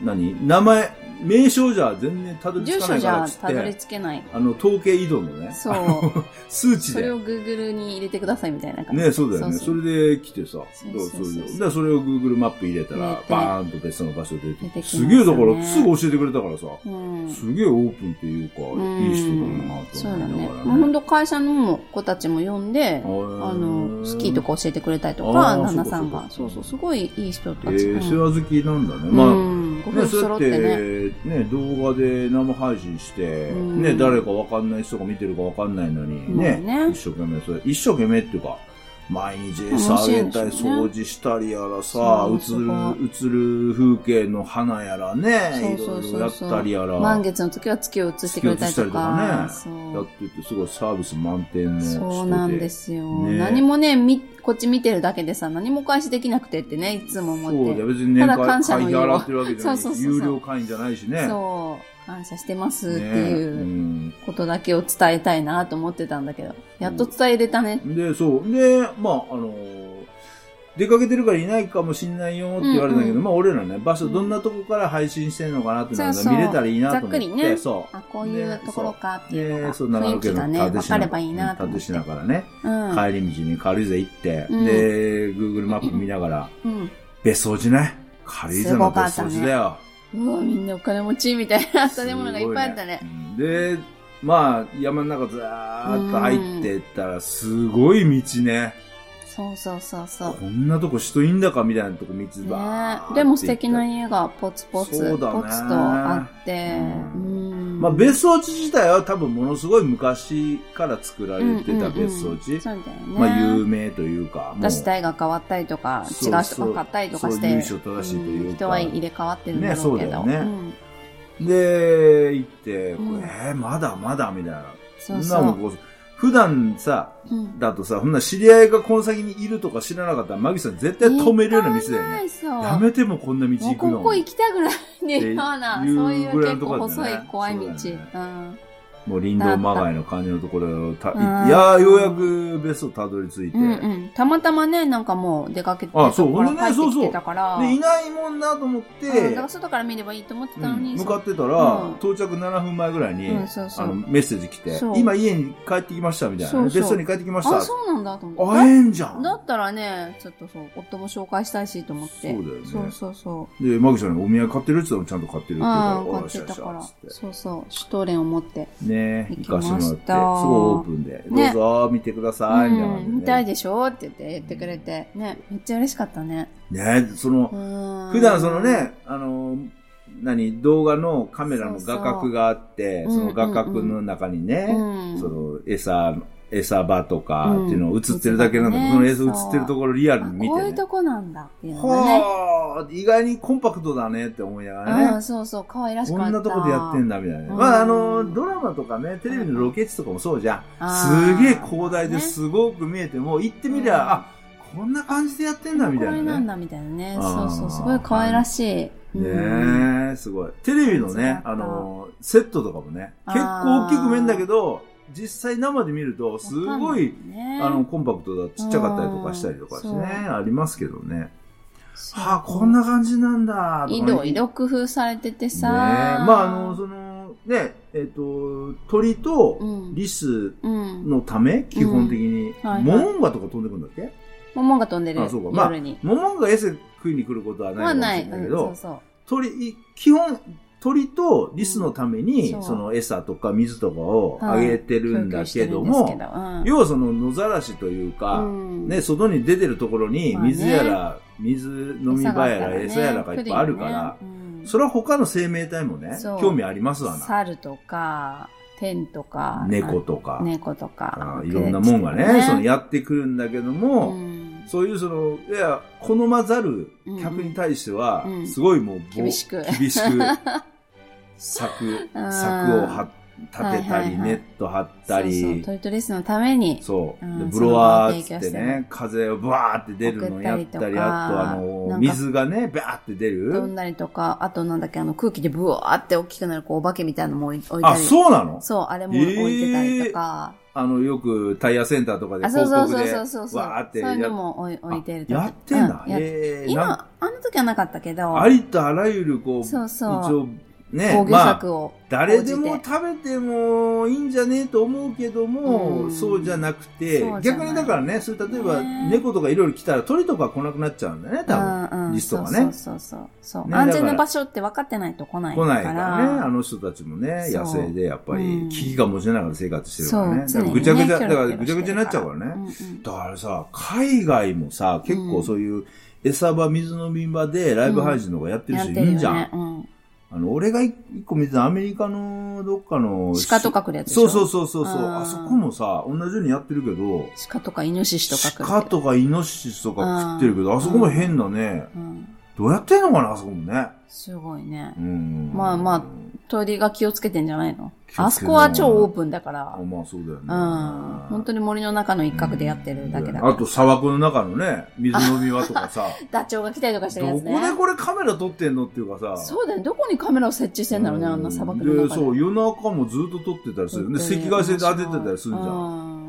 [SPEAKER 2] 何名前、名称じゃ全然たどり
[SPEAKER 1] 住
[SPEAKER 2] 着か
[SPEAKER 1] 所
[SPEAKER 2] ない
[SPEAKER 1] じ
[SPEAKER 2] から
[SPEAKER 1] ゃ
[SPEAKER 2] っつった
[SPEAKER 1] どり
[SPEAKER 2] て、
[SPEAKER 1] 着けない。
[SPEAKER 2] あの、統計移動のね、
[SPEAKER 1] そう
[SPEAKER 2] <laughs> あの数値
[SPEAKER 1] それ
[SPEAKER 2] で
[SPEAKER 1] を。Google に入れてくださいみたいな感じ。
[SPEAKER 2] ね、そうだよね。
[SPEAKER 1] そ
[SPEAKER 2] そうれで来てさ、
[SPEAKER 1] そう
[SPEAKER 2] どう
[SPEAKER 1] そうそう
[SPEAKER 2] それででそれを Google マップ入れた
[SPEAKER 1] 入れ
[SPEAKER 2] ら
[SPEAKER 1] て、
[SPEAKER 2] バーンと別の場所で
[SPEAKER 1] 出てきますよ
[SPEAKER 2] す
[SPEAKER 1] ね
[SPEAKER 2] げえだから、すぐ教えてくれたからさ、
[SPEAKER 1] うん。
[SPEAKER 2] すげえオープンっていうか、
[SPEAKER 1] うん
[SPEAKER 2] いい人だなと
[SPEAKER 1] そうだ
[SPEAKER 2] 思
[SPEAKER 1] ね。
[SPEAKER 2] いながら
[SPEAKER 1] もう本当会社の子たちも呼んで、あの、スキーと
[SPEAKER 2] か。
[SPEAKER 1] か教えてくれたりとか、
[SPEAKER 2] あー
[SPEAKER 1] 旦那さんが。
[SPEAKER 2] そ
[SPEAKER 1] そうう
[SPEAKER 2] か
[SPEAKER 1] そうう、
[SPEAKER 2] そか
[SPEAKER 1] すごいいい人
[SPEAKER 2] え
[SPEAKER 1] たち。
[SPEAKER 2] ー、世話好きなんだね。まあ、
[SPEAKER 1] うん、ご夫
[SPEAKER 2] ね、
[SPEAKER 1] 婦
[SPEAKER 2] そうや
[SPEAKER 1] 揃
[SPEAKER 2] っ
[SPEAKER 1] ってね。
[SPEAKER 2] て、ね、動画で生配信して、
[SPEAKER 1] うん
[SPEAKER 2] ね、誰かわかんない人が見てるかわかんないのに、ね、
[SPEAKER 1] まあね
[SPEAKER 2] 一生懸命、それ、一生懸命っていうか、毎日餌あげた
[SPEAKER 1] 楽しい
[SPEAKER 2] り、
[SPEAKER 1] ですよ
[SPEAKER 2] 掃
[SPEAKER 1] ね
[SPEAKER 2] 除したりやらさ、
[SPEAKER 1] そう
[SPEAKER 2] 映
[SPEAKER 1] すご
[SPEAKER 2] る、映る風景の花やらね、い
[SPEAKER 1] そ
[SPEAKER 2] ろ
[SPEAKER 1] うそうそう
[SPEAKER 2] い
[SPEAKER 1] そ
[SPEAKER 2] ろ
[SPEAKER 1] う
[SPEAKER 2] やったりやら、
[SPEAKER 1] 満月の時は月を映してくれたりとか。
[SPEAKER 2] 月
[SPEAKER 1] そう
[SPEAKER 2] やってて、すごいサービス満点の人で。
[SPEAKER 1] そうなんですよ。
[SPEAKER 2] ね
[SPEAKER 1] 何もね、み、こっち見てるだけでさ、何もお返しできなくてってね、いつも思
[SPEAKER 2] そう
[SPEAKER 1] っ
[SPEAKER 2] だ
[SPEAKER 1] て
[SPEAKER 2] よ、。別に
[SPEAKER 1] た
[SPEAKER 2] 年
[SPEAKER 1] だ
[SPEAKER 2] 会
[SPEAKER 1] 感謝の
[SPEAKER 2] 会費
[SPEAKER 1] 意味は
[SPEAKER 2] 払ってるわけじゃない
[SPEAKER 1] <laughs>
[SPEAKER 2] し
[SPEAKER 1] そうそうそうそう
[SPEAKER 2] 有料会員じゃないしね。
[SPEAKER 1] そう、感謝してますっ
[SPEAKER 2] ね
[SPEAKER 1] ていう
[SPEAKER 2] うん
[SPEAKER 1] ことだけを伝えたいなと思ってたんだけど、やっと伝えれたね。
[SPEAKER 2] で、そう。で、まあ、あの出かけてるからいないかもしんないよって言われたけど、
[SPEAKER 1] うんうん
[SPEAKER 2] まあ俺らね、場所どんなとこから配信してんのかなっていうの
[SPEAKER 1] そう
[SPEAKER 2] が
[SPEAKER 1] そう
[SPEAKER 2] 見れたらいいなと思って。
[SPEAKER 1] ざっくりね
[SPEAKER 2] そ
[SPEAKER 1] あ、こういうところかっ
[SPEAKER 2] う。
[SPEAKER 1] ていうの
[SPEAKER 2] で、
[SPEAKER 1] が、
[SPEAKER 2] そう、長
[SPEAKER 1] 雰
[SPEAKER 2] 野
[SPEAKER 1] 囲気
[SPEAKER 2] 県
[SPEAKER 1] が
[SPEAKER 2] の
[SPEAKER 1] ね、わかればいいなと思っ
[SPEAKER 2] 蓼
[SPEAKER 1] て。
[SPEAKER 2] 科からね、
[SPEAKER 1] うん。
[SPEAKER 2] 帰り道に軽井沢行って、
[SPEAKER 1] うん
[SPEAKER 2] で、Google マップ見ながら、
[SPEAKER 1] うん。
[SPEAKER 2] 別荘地ね。軽井沢の別荘地だよ。
[SPEAKER 1] うわ、みんなお金持ちみたいな建物がいっぱいあったね。
[SPEAKER 2] すごいね。うんで、まあ、山の中ずーっと入ってったら、すごい道ね。
[SPEAKER 1] そうそうそうそう。
[SPEAKER 2] こんなとこ人いんだかみたいなとこ道
[SPEAKER 1] ね
[SPEAKER 2] ば、
[SPEAKER 1] でも素敵な
[SPEAKER 2] 家。
[SPEAKER 1] 家がポツポツ、
[SPEAKER 2] そうだね
[SPEAKER 1] ポツとあって、
[SPEAKER 2] う
[SPEAKER 1] うん
[SPEAKER 2] まあ別荘地自体は多分ものすごい昔から作られてた別荘地。
[SPEAKER 1] そうだよね。
[SPEAKER 2] まあ有名というか。もう
[SPEAKER 1] 出したいが変わったりとか、
[SPEAKER 2] そ
[SPEAKER 1] 違
[SPEAKER 2] う
[SPEAKER 1] う
[SPEAKER 2] そ
[SPEAKER 1] 人
[SPEAKER 2] う
[SPEAKER 1] が買ったりとかして、
[SPEAKER 2] そう由緒正しいというか
[SPEAKER 1] ん人は入れ替わってるんだろうけど。
[SPEAKER 2] ねそうだよね
[SPEAKER 1] ん
[SPEAKER 2] で、行って、
[SPEAKER 1] うん
[SPEAKER 2] えー、まだまだみたいな。
[SPEAKER 1] そうんそ
[SPEAKER 2] なもん
[SPEAKER 1] う。
[SPEAKER 2] こう普段さ、
[SPEAKER 1] うん
[SPEAKER 2] だとさ、そんな知り合いがこの先にいるとか知らなかったら、マギさん絶対止めるような道だよ
[SPEAKER 1] 行かな
[SPEAKER 2] ね。
[SPEAKER 1] いそう
[SPEAKER 2] やめてもこんな道
[SPEAKER 1] もう
[SPEAKER 2] 行く
[SPEAKER 1] こ
[SPEAKER 2] の。
[SPEAKER 1] こ行きたぐらい
[SPEAKER 2] っ
[SPEAKER 1] に
[SPEAKER 2] てい
[SPEAKER 1] よ
[SPEAKER 2] う
[SPEAKER 1] うな、そういう
[SPEAKER 2] ぐらい
[SPEAKER 1] 結
[SPEAKER 2] の
[SPEAKER 1] 構
[SPEAKER 2] とこだった
[SPEAKER 1] 細
[SPEAKER 2] ね
[SPEAKER 1] い怖い道。
[SPEAKER 2] そうだね
[SPEAKER 1] うん
[SPEAKER 2] もう林道まがいの感じのところをた、
[SPEAKER 1] うん
[SPEAKER 2] いいやー、ようやくベストたどり着いて。
[SPEAKER 1] うんうん。たまたまね、なんかもう出かけてた
[SPEAKER 2] あそう
[SPEAKER 1] から
[SPEAKER 2] ほんでね
[SPEAKER 1] 帰ってきてたから。
[SPEAKER 2] で、いないもんなと思って、
[SPEAKER 1] うんだから外から見ればいいと思ってたの
[SPEAKER 2] うん
[SPEAKER 1] に、
[SPEAKER 2] 向かってたら、
[SPEAKER 1] うん
[SPEAKER 2] 到着7分前ぐらいに、
[SPEAKER 1] うんそうそう
[SPEAKER 2] あのメッセージ来て
[SPEAKER 1] そ、う
[SPEAKER 2] 今家に帰ってきましたみたいな、
[SPEAKER 1] そうそう
[SPEAKER 2] 別荘に帰ってきました。
[SPEAKER 1] あ、そうなんだと思って。
[SPEAKER 2] 会えんじゃん
[SPEAKER 1] だったらね、ちょっとそう、夫も紹介したいしと思って。
[SPEAKER 2] そうだよね
[SPEAKER 1] そうそうそう。
[SPEAKER 2] で、マギさんにお土産買ってるって言ったらちゃんと買ってるって言うから
[SPEAKER 1] ああ、、
[SPEAKER 2] お
[SPEAKER 1] 買
[SPEAKER 2] ら
[SPEAKER 1] っ
[SPEAKER 2] してゃい
[SPEAKER 1] た
[SPEAKER 2] しゃ
[SPEAKER 1] か
[SPEAKER 2] い
[SPEAKER 1] ら
[SPEAKER 2] っ。つっ
[SPEAKER 1] そうそう、シュトーレンを持って。
[SPEAKER 2] て。ね
[SPEAKER 1] 行き
[SPEAKER 2] 行か
[SPEAKER 1] ま
[SPEAKER 2] せてもらっ、
[SPEAKER 1] して
[SPEAKER 2] す
[SPEAKER 1] た
[SPEAKER 2] ごいオープンで、
[SPEAKER 1] ね
[SPEAKER 2] どうぞ見てください、みたいな感
[SPEAKER 1] う
[SPEAKER 2] じで
[SPEAKER 1] ん、
[SPEAKER 2] ね。
[SPEAKER 1] 見たいでしょって言って言ってくれて。ね、めっちゃ嬉しかったね。
[SPEAKER 2] ね、その、
[SPEAKER 1] うん
[SPEAKER 2] 普段その、ね、あの、何、動画のカメラの画角があって、
[SPEAKER 1] そう
[SPEAKER 2] そ
[SPEAKER 1] そう
[SPEAKER 2] の画角の中にね、
[SPEAKER 1] うん
[SPEAKER 2] その餌、餌場とか
[SPEAKER 1] うん
[SPEAKER 2] っていうのを映ってるだけなんだけど、
[SPEAKER 1] 映って
[SPEAKER 2] そ
[SPEAKER 1] る
[SPEAKER 2] の
[SPEAKER 1] だけね
[SPEAKER 2] 映ってるところリアル
[SPEAKER 1] あ
[SPEAKER 2] に見て、ね。
[SPEAKER 1] こういうとこなんだっていうのがね。
[SPEAKER 2] はあ、意外にコンパクトだねって思いながら
[SPEAKER 1] うん、
[SPEAKER 2] ね。
[SPEAKER 1] そうそう、可愛らしかっ
[SPEAKER 2] こ
[SPEAKER 1] た。
[SPEAKER 2] んなとこでやってんだみたいなね。
[SPEAKER 1] うん
[SPEAKER 2] まあ、あの、ドラマとかね、テレビのロケ地とかもそうじゃん。
[SPEAKER 1] あー
[SPEAKER 2] すげえ広大で
[SPEAKER 1] ね
[SPEAKER 2] すごく見えても、行ってみりゃ、
[SPEAKER 1] うん
[SPEAKER 2] あ、こんな感じでやってんだみたい
[SPEAKER 1] これな
[SPEAKER 2] なんね。
[SPEAKER 1] だみたいなね。
[SPEAKER 2] あ
[SPEAKER 1] そ
[SPEAKER 2] ー
[SPEAKER 1] うそう、すごい可愛らしい。うん
[SPEAKER 2] ねえ、すごい。テレビの
[SPEAKER 1] そうだっ
[SPEAKER 2] ね、
[SPEAKER 1] た
[SPEAKER 2] あの、セットとかもね、結構大きく見えんだけど、実際生で見ると、すごい、、あの、、コンパクトだ、ちっちゃかったりとかしたりとかして
[SPEAKER 1] うん
[SPEAKER 2] ね、
[SPEAKER 1] そう
[SPEAKER 2] ありますけどね。は
[SPEAKER 1] は
[SPEAKER 2] あ、こん。な感じなんだ、とかね
[SPEAKER 1] いろいろ工夫されてて
[SPEAKER 2] ねえ
[SPEAKER 1] さ。
[SPEAKER 2] まあ、あの、その、ね、えっと、鳥と
[SPEAKER 1] うん
[SPEAKER 2] リス
[SPEAKER 1] うん。
[SPEAKER 2] のため、基本的に、
[SPEAKER 1] はいはい
[SPEAKER 2] モモンガとか飛んでくるんだっけ
[SPEAKER 1] モモンが飛んでる。
[SPEAKER 2] あそうかまあ
[SPEAKER 1] 夜に。
[SPEAKER 2] モモンガ餌食いに来ることはない
[SPEAKER 1] は
[SPEAKER 2] かもし
[SPEAKER 1] ない。
[SPEAKER 2] れないけど、
[SPEAKER 1] うんそうそう。
[SPEAKER 2] 鳥、い基本、鳥とリスのために、
[SPEAKER 1] うんそう
[SPEAKER 2] その餌とか水とかをあげてるん
[SPEAKER 1] 供
[SPEAKER 2] だけど
[SPEAKER 1] 給してる
[SPEAKER 2] も
[SPEAKER 1] んで、すけどうん
[SPEAKER 2] 要はその野ざらしというか、
[SPEAKER 1] うん
[SPEAKER 2] ね、外に出てるところに
[SPEAKER 1] まあね
[SPEAKER 2] 水やら、水飲み場やら餌やらがいっぱいあるから、、そ
[SPEAKER 1] れ
[SPEAKER 2] れは他の生命体もね
[SPEAKER 1] そう、
[SPEAKER 2] 興味ありますわな。
[SPEAKER 1] 猿とか、天とか、
[SPEAKER 2] 猫とか、
[SPEAKER 1] 猫と
[SPEAKER 2] あ
[SPEAKER 1] か
[SPEAKER 2] ー、いろんなもんがね、その
[SPEAKER 1] や
[SPEAKER 2] やってくるんだけども、そういうその、いや、好まざる客に対しては、
[SPEAKER 1] うんうん <laughs>
[SPEAKER 2] すごいもう、
[SPEAKER 1] 厳しく
[SPEAKER 2] 厳しく、柵、
[SPEAKER 1] うん
[SPEAKER 2] 柵を張っ立てた
[SPEAKER 1] はいはい
[SPEAKER 2] り、
[SPEAKER 1] はい
[SPEAKER 2] ネット張っ
[SPEAKER 1] そうそ
[SPEAKER 2] た
[SPEAKER 1] う
[SPEAKER 2] り
[SPEAKER 1] ト、イトレスのために
[SPEAKER 2] そう。
[SPEAKER 1] うん
[SPEAKER 2] で、ブロワーっ
[SPEAKER 1] そ
[SPEAKER 2] つ
[SPEAKER 1] のまま提供
[SPEAKER 2] っ
[SPEAKER 1] してて
[SPEAKER 2] ね
[SPEAKER 1] ね、
[SPEAKER 2] 風をブワーって出るのやった
[SPEAKER 1] 送ったり
[SPEAKER 2] り、
[SPEAKER 1] とか
[SPEAKER 2] あとあ
[SPEAKER 1] なんか
[SPEAKER 2] の、水がね、バーって
[SPEAKER 1] 飛
[SPEAKER 2] 出る。
[SPEAKER 1] んだりとか、あとなんだっけ、あの空気でブワーって大きくなるこうお化けみたいなのも置い置いたり。
[SPEAKER 2] あ、そうなの
[SPEAKER 1] そうあれも置いてたりとか。
[SPEAKER 2] あの、よくタイヤセンターとかで
[SPEAKER 1] あ、そう
[SPEAKER 2] 広
[SPEAKER 1] そうそう
[SPEAKER 2] 告で、
[SPEAKER 1] そ
[SPEAKER 2] わ
[SPEAKER 1] うそうそう。
[SPEAKER 2] ーって
[SPEAKER 1] そういうの
[SPEAKER 2] や
[SPEAKER 1] も置い置いてるとか
[SPEAKER 2] やってんだ。
[SPEAKER 1] うや
[SPEAKER 2] へーなん
[SPEAKER 1] 今、あの時はなかったけど、
[SPEAKER 2] ありとあらゆる、こう、一
[SPEAKER 1] そうそう。
[SPEAKER 2] 応、ね
[SPEAKER 1] 防、御
[SPEAKER 2] まあ、
[SPEAKER 1] 策を。
[SPEAKER 2] 誰でも食べてもいいんじゃねえと思うけども、
[SPEAKER 1] うん
[SPEAKER 2] そうじゃなくて
[SPEAKER 1] そうじゃない
[SPEAKER 2] 逆にだからねそれ例えば
[SPEAKER 1] ね
[SPEAKER 2] 猫とかいろいろ来たら鳥とか来なくなっちゃうんだよね多分、
[SPEAKER 1] うんうん
[SPEAKER 2] リストがね
[SPEAKER 1] そうそうそうそう、
[SPEAKER 2] ね
[SPEAKER 1] 安全な
[SPEAKER 2] だから
[SPEAKER 1] 場所って分かってないと来ないか
[SPEAKER 2] 来
[SPEAKER 1] ら。
[SPEAKER 2] ないからねあの人たちもね
[SPEAKER 1] そう
[SPEAKER 2] 野生でやっぱ
[SPEAKER 1] うん
[SPEAKER 2] り危機感持ちながら生活してるか
[SPEAKER 1] そ
[SPEAKER 2] ら
[SPEAKER 1] う
[SPEAKER 2] ね、だか
[SPEAKER 1] 常
[SPEAKER 2] ら
[SPEAKER 1] にね
[SPEAKER 2] ぐちゃぐちゃ
[SPEAKER 1] キョロキョ
[SPEAKER 2] だか
[SPEAKER 1] ロ
[SPEAKER 2] らぐちゃぐちゃになっちゃうからね、
[SPEAKER 1] うんうん
[SPEAKER 2] だからさ海外もさ結
[SPEAKER 1] う
[SPEAKER 2] 構
[SPEAKER 1] ん
[SPEAKER 2] そういう餌場水飲み場でライブ配信とかやってる
[SPEAKER 1] やっ
[SPEAKER 2] 人
[SPEAKER 1] て
[SPEAKER 2] い
[SPEAKER 1] る
[SPEAKER 2] るんじ
[SPEAKER 1] よ
[SPEAKER 2] ゃん、
[SPEAKER 1] ね。うん。
[SPEAKER 2] あの俺が一個見てたアメリカのどっかの
[SPEAKER 1] 鹿とか来るやつでし
[SPEAKER 2] そ
[SPEAKER 1] ょ
[SPEAKER 2] うそうそうそうそう。
[SPEAKER 1] うん
[SPEAKER 2] あそこもさ、同じようにやってるけど、
[SPEAKER 1] 鹿とかイノシシとか来るけど。
[SPEAKER 2] 鹿とかイノシシとか食ってるけど、
[SPEAKER 1] うん
[SPEAKER 2] あそこも変なね。
[SPEAKER 1] うん。
[SPEAKER 2] どうやってんのかな、あそこもね。
[SPEAKER 1] すごいね
[SPEAKER 2] う。ん。
[SPEAKER 1] まあま鳥が気をつけてんじゃないの
[SPEAKER 2] 気をつけてる
[SPEAKER 1] あそこは超オープンだから
[SPEAKER 2] あ。。まあそうだよね。
[SPEAKER 1] うん。本当に森の中の一角でやってるだけだか
[SPEAKER 2] あ
[SPEAKER 1] ら。
[SPEAKER 2] と砂漠の中のね、水飲み場とか
[SPEAKER 1] <laughs>
[SPEAKER 2] さ、
[SPEAKER 1] ダチョウが来たりとかしてるや
[SPEAKER 2] ど
[SPEAKER 1] つね。
[SPEAKER 2] こでこれカメラ撮ってんのっていうかさ、
[SPEAKER 1] そうだよね。どこにカメラを設置してんだろうね、
[SPEAKER 2] う
[SPEAKER 1] あんな砂漠の
[SPEAKER 2] で、
[SPEAKER 1] 中で。
[SPEAKER 2] そう、夜中もずっと撮ってたりするよね。赤外線で当ててたりするじゃ
[SPEAKER 1] ん。
[SPEAKER 2] ん。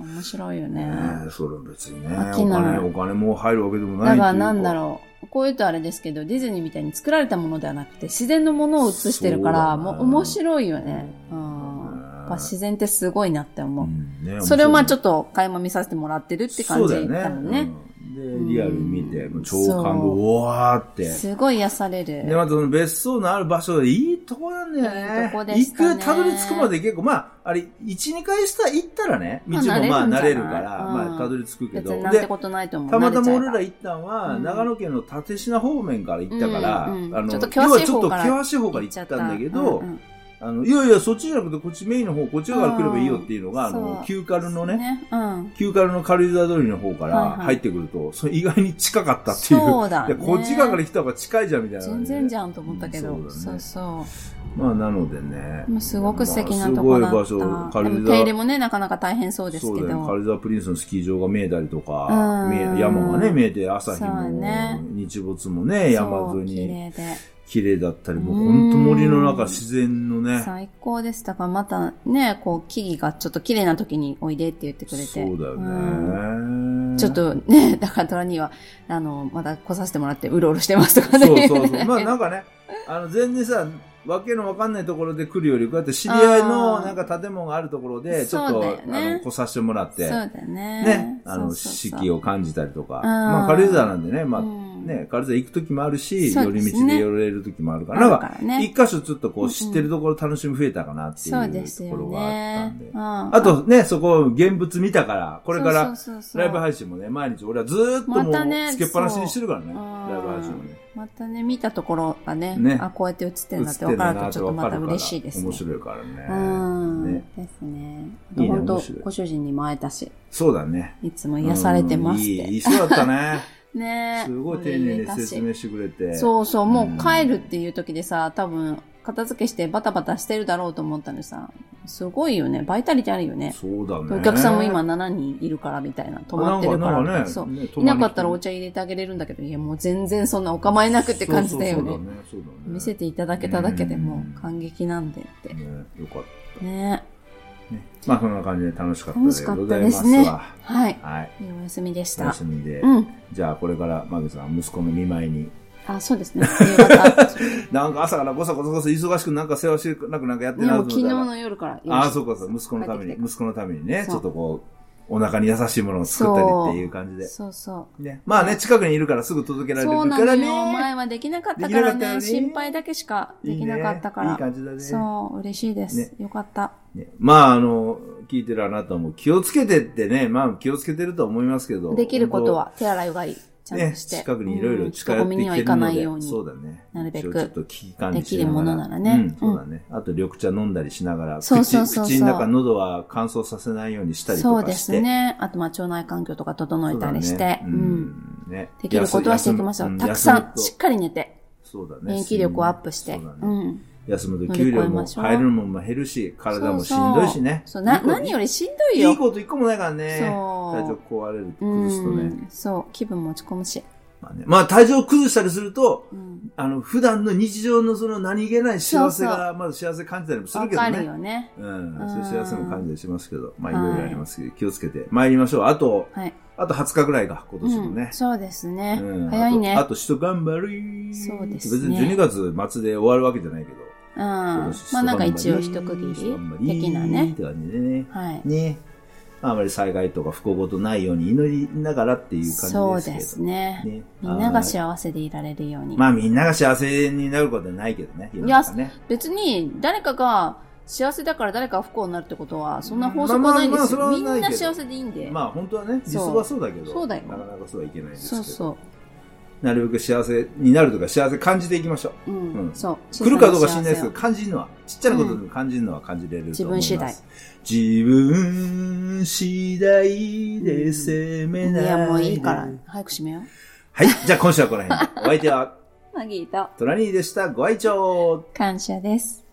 [SPEAKER 1] 面白いよね。
[SPEAKER 2] ねえ、それは別にね、
[SPEAKER 1] 飽き
[SPEAKER 2] お
[SPEAKER 1] ない
[SPEAKER 2] 金、お金も入るわけでも
[SPEAKER 1] だ
[SPEAKER 2] ない
[SPEAKER 1] か
[SPEAKER 2] っていう
[SPEAKER 1] らなんだろう。こういうとあれですけど、ディズニーみたいに作られたものではなくて、自然のものを映してるから、
[SPEAKER 2] そう
[SPEAKER 1] も
[SPEAKER 2] だね
[SPEAKER 1] う面白いよね。うん。
[SPEAKER 2] ね
[SPEAKER 1] やっぱ自然ってすごいなって思う。
[SPEAKER 2] うんね
[SPEAKER 1] それをまあちょ
[SPEAKER 2] っ
[SPEAKER 1] っと垣間見させてもらってるって感じだもんね。
[SPEAKER 2] で、リアルに見て、
[SPEAKER 1] うん
[SPEAKER 2] もう超感動、
[SPEAKER 1] そう
[SPEAKER 2] うわーって。
[SPEAKER 1] すごい癒され
[SPEAKER 2] で、
[SPEAKER 1] る。
[SPEAKER 2] またその別荘のある場所でいいとこなんだよね。
[SPEAKER 1] いいとこでしたね
[SPEAKER 2] 行く、たどり着くまで結構、まあ、あれ、1、2回したら行ったらね、道もま
[SPEAKER 1] まあ
[SPEAKER 2] あ
[SPEAKER 1] 慣れ
[SPEAKER 2] 慣れ
[SPEAKER 1] る
[SPEAKER 2] る
[SPEAKER 1] ん
[SPEAKER 2] か
[SPEAKER 1] じゃない
[SPEAKER 2] ら、
[SPEAKER 1] う
[SPEAKER 2] ま
[SPEAKER 1] ん
[SPEAKER 2] あ、たどり着くけ
[SPEAKER 1] 別
[SPEAKER 2] ど
[SPEAKER 1] に。なんて
[SPEAKER 2] で、
[SPEAKER 1] ことないと思う。
[SPEAKER 2] たまたま俺
[SPEAKER 1] 慣
[SPEAKER 2] ら
[SPEAKER 1] れち
[SPEAKER 2] 行ったんは、
[SPEAKER 1] うん
[SPEAKER 2] 長野県の立科方面から行ったから、
[SPEAKER 1] うんうん
[SPEAKER 2] あの、
[SPEAKER 1] ちょっと
[SPEAKER 2] 要
[SPEAKER 1] 険
[SPEAKER 2] は
[SPEAKER 1] しい
[SPEAKER 2] ちょ
[SPEAKER 1] 方
[SPEAKER 2] っと
[SPEAKER 1] から
[SPEAKER 2] 険しい方から
[SPEAKER 1] ゃ
[SPEAKER 2] 行
[SPEAKER 1] っ
[SPEAKER 2] ったたんだけど、
[SPEAKER 1] うんうん
[SPEAKER 2] あの、いやいや、そっちじゃなくて、こっちメインの方、こっち側から来ればいいよっていうのが、あ
[SPEAKER 1] そ
[SPEAKER 2] の
[SPEAKER 1] う、
[SPEAKER 2] 旧カルのね、
[SPEAKER 1] うん。
[SPEAKER 2] 旧軽の軽井沢通りの方か
[SPEAKER 1] はい
[SPEAKER 2] ら
[SPEAKER 1] はい
[SPEAKER 2] 入ってくると、それ意外に近かったっていう。
[SPEAKER 1] そうだね
[SPEAKER 2] いやこっち側から来た方が近いじゃんみたいな。
[SPEAKER 1] 全然じ
[SPEAKER 2] ゃん。
[SPEAKER 1] ゃんと思ったけど、
[SPEAKER 2] うん
[SPEAKER 1] そ
[SPEAKER 2] そううだね
[SPEAKER 1] そ
[SPEAKER 2] まあ、なのでね
[SPEAKER 1] う。。もうすごく素敵なとこだった。
[SPEAKER 2] まあすごい場所、
[SPEAKER 1] で
[SPEAKER 2] 軽井
[SPEAKER 1] も
[SPEAKER 2] 沢。
[SPEAKER 1] 手入れもね、なかなか大変そうですけ
[SPEAKER 2] そうだよね。
[SPEAKER 1] ど。
[SPEAKER 2] 軽井沢プリンスのスキー場が見えたりとか
[SPEAKER 1] うん、
[SPEAKER 2] 見え山がね、見えて、朝日
[SPEAKER 1] そ
[SPEAKER 2] も、
[SPEAKER 1] うね
[SPEAKER 2] 日没もね、山
[SPEAKER 1] そう
[SPEAKER 2] 沿い
[SPEAKER 1] 綺
[SPEAKER 2] に
[SPEAKER 1] 麗で。
[SPEAKER 2] 綺麗だったり、もう本当森の
[SPEAKER 1] う
[SPEAKER 2] 中、
[SPEAKER 1] ん
[SPEAKER 2] 自然のね。
[SPEAKER 1] 最高でしたから、またね、こう、木々がちょっと綺麗な時においでって言ってくれて。
[SPEAKER 2] そうだよ
[SPEAKER 1] うん
[SPEAKER 2] ね。
[SPEAKER 1] ちょっとね、 <laughs> だからトラには、あの、まだ来させてもらってうろうろしてますとかね。
[SPEAKER 2] そうそう
[SPEAKER 1] <laughs>
[SPEAKER 2] そう。ま
[SPEAKER 1] 言
[SPEAKER 2] あ
[SPEAKER 1] うね
[SPEAKER 2] なんかね、あの全然さ、わけのわかんないところで来るより、こうやって知り合い
[SPEAKER 1] あ
[SPEAKER 2] の
[SPEAKER 1] ー
[SPEAKER 2] なんか建物があるところで、ちょ
[SPEAKER 1] そ
[SPEAKER 2] っ
[SPEAKER 1] う
[SPEAKER 2] と、
[SPEAKER 1] だよね
[SPEAKER 2] あの来させてもらっ
[SPEAKER 1] そ
[SPEAKER 2] て、
[SPEAKER 1] うだね。
[SPEAKER 2] ね、あ
[SPEAKER 1] そ
[SPEAKER 2] の、
[SPEAKER 1] う
[SPEAKER 2] 四
[SPEAKER 1] そうそう
[SPEAKER 2] 季を感じたりとか、
[SPEAKER 1] ん
[SPEAKER 2] まあ軽井沢なんでね、まあ
[SPEAKER 1] うん
[SPEAKER 2] ね、軽井沢行く時もあるし、
[SPEAKER 1] そう
[SPEAKER 2] 寄
[SPEAKER 1] です
[SPEAKER 2] り
[SPEAKER 1] ね
[SPEAKER 2] 道で寄れる時もあるから、
[SPEAKER 1] あ
[SPEAKER 2] なん
[SPEAKER 1] る
[SPEAKER 2] か、
[SPEAKER 1] からね。
[SPEAKER 2] 一箇所ちょっとこ
[SPEAKER 1] うんう
[SPEAKER 2] うん知ってるところ楽しむ増えたかなってい
[SPEAKER 1] そうで
[SPEAKER 2] う
[SPEAKER 1] す
[SPEAKER 2] とこ
[SPEAKER 1] よ
[SPEAKER 2] ろがあっ
[SPEAKER 1] ね
[SPEAKER 2] たんで。。
[SPEAKER 1] あ
[SPEAKER 2] あ、とね、そこ現物見たから、こ
[SPEAKER 1] こ
[SPEAKER 2] れからラ
[SPEAKER 1] ラ
[SPEAKER 2] イブ配信もね、毎日俺はずーっとも
[SPEAKER 1] またね
[SPEAKER 2] うつけっぱなしにしてるからね、
[SPEAKER 1] そう
[SPEAKER 2] ライブ配信もね。
[SPEAKER 1] またね、見たところがね、
[SPEAKER 2] ね
[SPEAKER 1] あ、こうやって映って
[SPEAKER 2] 映
[SPEAKER 1] るんだって
[SPEAKER 2] ん
[SPEAKER 1] 分か
[SPEAKER 2] だ
[SPEAKER 1] る
[SPEAKER 2] な
[SPEAKER 1] と、
[SPEAKER 2] っ
[SPEAKER 1] ち
[SPEAKER 2] て
[SPEAKER 1] ょっと
[SPEAKER 2] 分
[SPEAKER 1] ま
[SPEAKER 2] か
[SPEAKER 1] た
[SPEAKER 2] るから
[SPEAKER 1] 嬉しいですね
[SPEAKER 2] 面。白いからね。
[SPEAKER 1] うん、
[SPEAKER 2] ね
[SPEAKER 1] ですね。あ
[SPEAKER 2] い
[SPEAKER 1] と
[SPEAKER 2] いね
[SPEAKER 1] 本当
[SPEAKER 2] 面白い
[SPEAKER 1] ご主人にも会えたし、
[SPEAKER 2] そうだね。
[SPEAKER 1] いつも癒されてますっ
[SPEAKER 2] うんいいい
[SPEAKER 1] て。
[SPEAKER 2] い人だったね。
[SPEAKER 1] <laughs> ね
[SPEAKER 2] すごい丁寧に説明してくれて。
[SPEAKER 1] そうそう、もううん帰るっていう時でさ、多分、片付けしてバタバタしてるだろうと思ったのにさ、すごいよね。バイタリティあるよね。
[SPEAKER 2] そうだね。
[SPEAKER 1] お客さんも今7人いるからみたいな、泊まってるから。
[SPEAKER 2] なんかなんかね、
[SPEAKER 1] そう。
[SPEAKER 2] ね
[SPEAKER 1] いなかったらお茶入れてあげれるんだけど、いやもう全然そんなお構いなくって感じだよね。
[SPEAKER 2] そうそうそうだね。そうだね
[SPEAKER 1] 見せていただけただけでもう感激なんでって。
[SPEAKER 2] ねよかった。
[SPEAKER 1] ね
[SPEAKER 2] ねまあそんな感じで楽しかったで
[SPEAKER 1] 楽しかっ
[SPEAKER 2] ご
[SPEAKER 1] た
[SPEAKER 2] ざい
[SPEAKER 1] で
[SPEAKER 2] ますす
[SPEAKER 1] ね
[SPEAKER 2] わ。
[SPEAKER 1] はい。
[SPEAKER 2] はい。
[SPEAKER 1] いいお休みでした
[SPEAKER 2] 楽。しみで。
[SPEAKER 1] うん。
[SPEAKER 2] じゃあこれからマグさん息子の見舞いに。
[SPEAKER 1] あ、そうですね。夕
[SPEAKER 2] <laughs>
[SPEAKER 1] 方。
[SPEAKER 2] なんか朝からごそごそごそ忙しくなんか世話してなくなんかやって
[SPEAKER 1] ね、
[SPEAKER 2] な
[SPEAKER 1] も
[SPEAKER 2] と
[SPEAKER 1] う
[SPEAKER 2] 思
[SPEAKER 1] 昨日
[SPEAKER 2] ったら。
[SPEAKER 1] の夜から。
[SPEAKER 2] ああ、そうかそう、息子のため
[SPEAKER 1] 帰ってきて
[SPEAKER 2] に、息子のためにね、
[SPEAKER 1] そう
[SPEAKER 2] ちょっとこう、お腹に優しいものを作ったりっていう感じで。
[SPEAKER 1] そうそう。
[SPEAKER 2] ね、まあね、近くにいるからすぐ届けられる
[SPEAKER 1] そうな
[SPEAKER 2] か
[SPEAKER 1] の
[SPEAKER 2] ら
[SPEAKER 1] よ。
[SPEAKER 2] ね。
[SPEAKER 1] 前はできなかった
[SPEAKER 2] で
[SPEAKER 1] か
[SPEAKER 2] きな
[SPEAKER 1] ら
[SPEAKER 2] かったよ
[SPEAKER 1] ね。
[SPEAKER 2] ね
[SPEAKER 1] 心配だけしかできなかったから。
[SPEAKER 2] いいねいい感じだね。
[SPEAKER 1] そう、嬉しいです。よかった。
[SPEAKER 2] ねまあ、あの、聞いてるあなたも気をつけてってね、まあ気をつけてると思いますけど。
[SPEAKER 1] できることは手洗いうがい、ちゃん
[SPEAKER 2] ね、
[SPEAKER 1] として。
[SPEAKER 2] 近くにいろいろ近
[SPEAKER 1] うん人混
[SPEAKER 2] 寄って
[SPEAKER 1] み
[SPEAKER 2] き
[SPEAKER 1] には
[SPEAKER 2] て
[SPEAKER 1] 行
[SPEAKER 2] る
[SPEAKER 1] か
[SPEAKER 2] の
[SPEAKER 1] ない
[SPEAKER 2] で
[SPEAKER 1] ように。
[SPEAKER 2] そうだね。
[SPEAKER 1] なるべく
[SPEAKER 2] 一応ちょっと危機管理しながら
[SPEAKER 1] できるものならね
[SPEAKER 2] うん、そうだね。あと緑茶飲んだりしながら、
[SPEAKER 1] そうそうそうそう
[SPEAKER 2] 口口の中、喉は乾燥させないようにしたりと
[SPEAKER 1] そう
[SPEAKER 2] か
[SPEAKER 1] で
[SPEAKER 2] して。
[SPEAKER 1] すね。あと、まあ、腸内環境とか整えたりして。
[SPEAKER 2] そうだね
[SPEAKER 1] う。
[SPEAKER 2] うんんね
[SPEAKER 1] できることはしていきましょう。たくさん、しっ
[SPEAKER 2] 休
[SPEAKER 1] かり寝て、
[SPEAKER 2] むとそうだね
[SPEAKER 1] 免疫力をアップして。
[SPEAKER 2] そうだね
[SPEAKER 1] うん。
[SPEAKER 2] 休むと
[SPEAKER 1] 乗り
[SPEAKER 2] 給
[SPEAKER 1] 越え
[SPEAKER 2] 料も
[SPEAKER 1] ましょう
[SPEAKER 2] 入るもんも減るし、体もしんどいしね。
[SPEAKER 1] そうな、
[SPEAKER 2] いいこと
[SPEAKER 1] 何よりしんどい
[SPEAKER 2] い
[SPEAKER 1] よ。
[SPEAKER 2] いこと一個もないからね。
[SPEAKER 1] そう
[SPEAKER 2] 体調壊れる、
[SPEAKER 1] う
[SPEAKER 2] 崩すとね。
[SPEAKER 1] ん、そう、気分も落ち込むし。
[SPEAKER 2] まあね。まあ体調崩したりすると、
[SPEAKER 1] うん。
[SPEAKER 2] あの、普段の日常のその何気ない幸
[SPEAKER 1] そ
[SPEAKER 2] せ
[SPEAKER 1] う
[SPEAKER 2] が、まず幸せ感じたりもす
[SPEAKER 1] わ
[SPEAKER 2] るけど
[SPEAKER 1] かる
[SPEAKER 2] ね。
[SPEAKER 1] よね。
[SPEAKER 2] うん
[SPEAKER 1] う。ん
[SPEAKER 2] そういう幸せも感じたりしますけど、まあい
[SPEAKER 1] はい
[SPEAKER 2] ろいろありますけど、気をつけて参りましょう。あと、
[SPEAKER 1] はい。
[SPEAKER 2] あと20日ぐらいが、今年も
[SPEAKER 1] う
[SPEAKER 2] ね
[SPEAKER 1] ん、。そうですね。
[SPEAKER 2] うん
[SPEAKER 1] 早い
[SPEAKER 2] あと、あ
[SPEAKER 1] ね。
[SPEAKER 2] と一頑張り。
[SPEAKER 1] そうですね
[SPEAKER 2] 別に12月末で終わるわけじゃないけど。
[SPEAKER 1] うん。まあなんか一応一区切り的な
[SPEAKER 2] っ
[SPEAKER 1] ね。
[SPEAKER 2] て感じでね。
[SPEAKER 1] はい。
[SPEAKER 2] ね。あまり災害とか不幸ごとないように祈りながらっていう
[SPEAKER 1] そ
[SPEAKER 2] 感
[SPEAKER 1] う
[SPEAKER 2] じ
[SPEAKER 1] で
[SPEAKER 2] です
[SPEAKER 1] す
[SPEAKER 2] けど。
[SPEAKER 1] ね。
[SPEAKER 2] ね
[SPEAKER 1] みんなが
[SPEAKER 2] せ。
[SPEAKER 1] 幸せでいられるように。
[SPEAKER 2] まあみんなが幸せになることはないけどね。世の中ね。
[SPEAKER 1] 別に誰かが幸せだから誰かが不幸になるってことは、そんな法則はないんです
[SPEAKER 2] ま
[SPEAKER 1] よ。
[SPEAKER 2] あまあま
[SPEAKER 1] みん
[SPEAKER 2] あそれはない
[SPEAKER 1] な
[SPEAKER 2] けど
[SPEAKER 1] 幸せでいいんで。
[SPEAKER 2] まあ本当はね、理
[SPEAKER 1] そう
[SPEAKER 2] 想はそうだけど。
[SPEAKER 1] そうだよ
[SPEAKER 2] なかなかそうはいけないです
[SPEAKER 1] そ
[SPEAKER 2] けど。
[SPEAKER 1] うそ
[SPEAKER 2] なるべく幸せになるとか幸せ感じていきましょ
[SPEAKER 1] う。うん。
[SPEAKER 2] うん
[SPEAKER 1] そう。
[SPEAKER 2] う。来るかどうか知んないですけど、
[SPEAKER 1] 幸
[SPEAKER 2] 感じるのは、ちっちゃなことでも感じるのは感じれると思います。
[SPEAKER 1] 自分次
[SPEAKER 2] 自分次第で攻
[SPEAKER 1] せ
[SPEAKER 2] め
[SPEAKER 1] を
[SPEAKER 2] ない。
[SPEAKER 1] いや、もういいから。早く閉めよう。
[SPEAKER 2] はい。じゃあ今週はこの辺で。お相手は、
[SPEAKER 1] マギーと
[SPEAKER 2] トラニーでした。ご愛聴
[SPEAKER 1] 感謝です。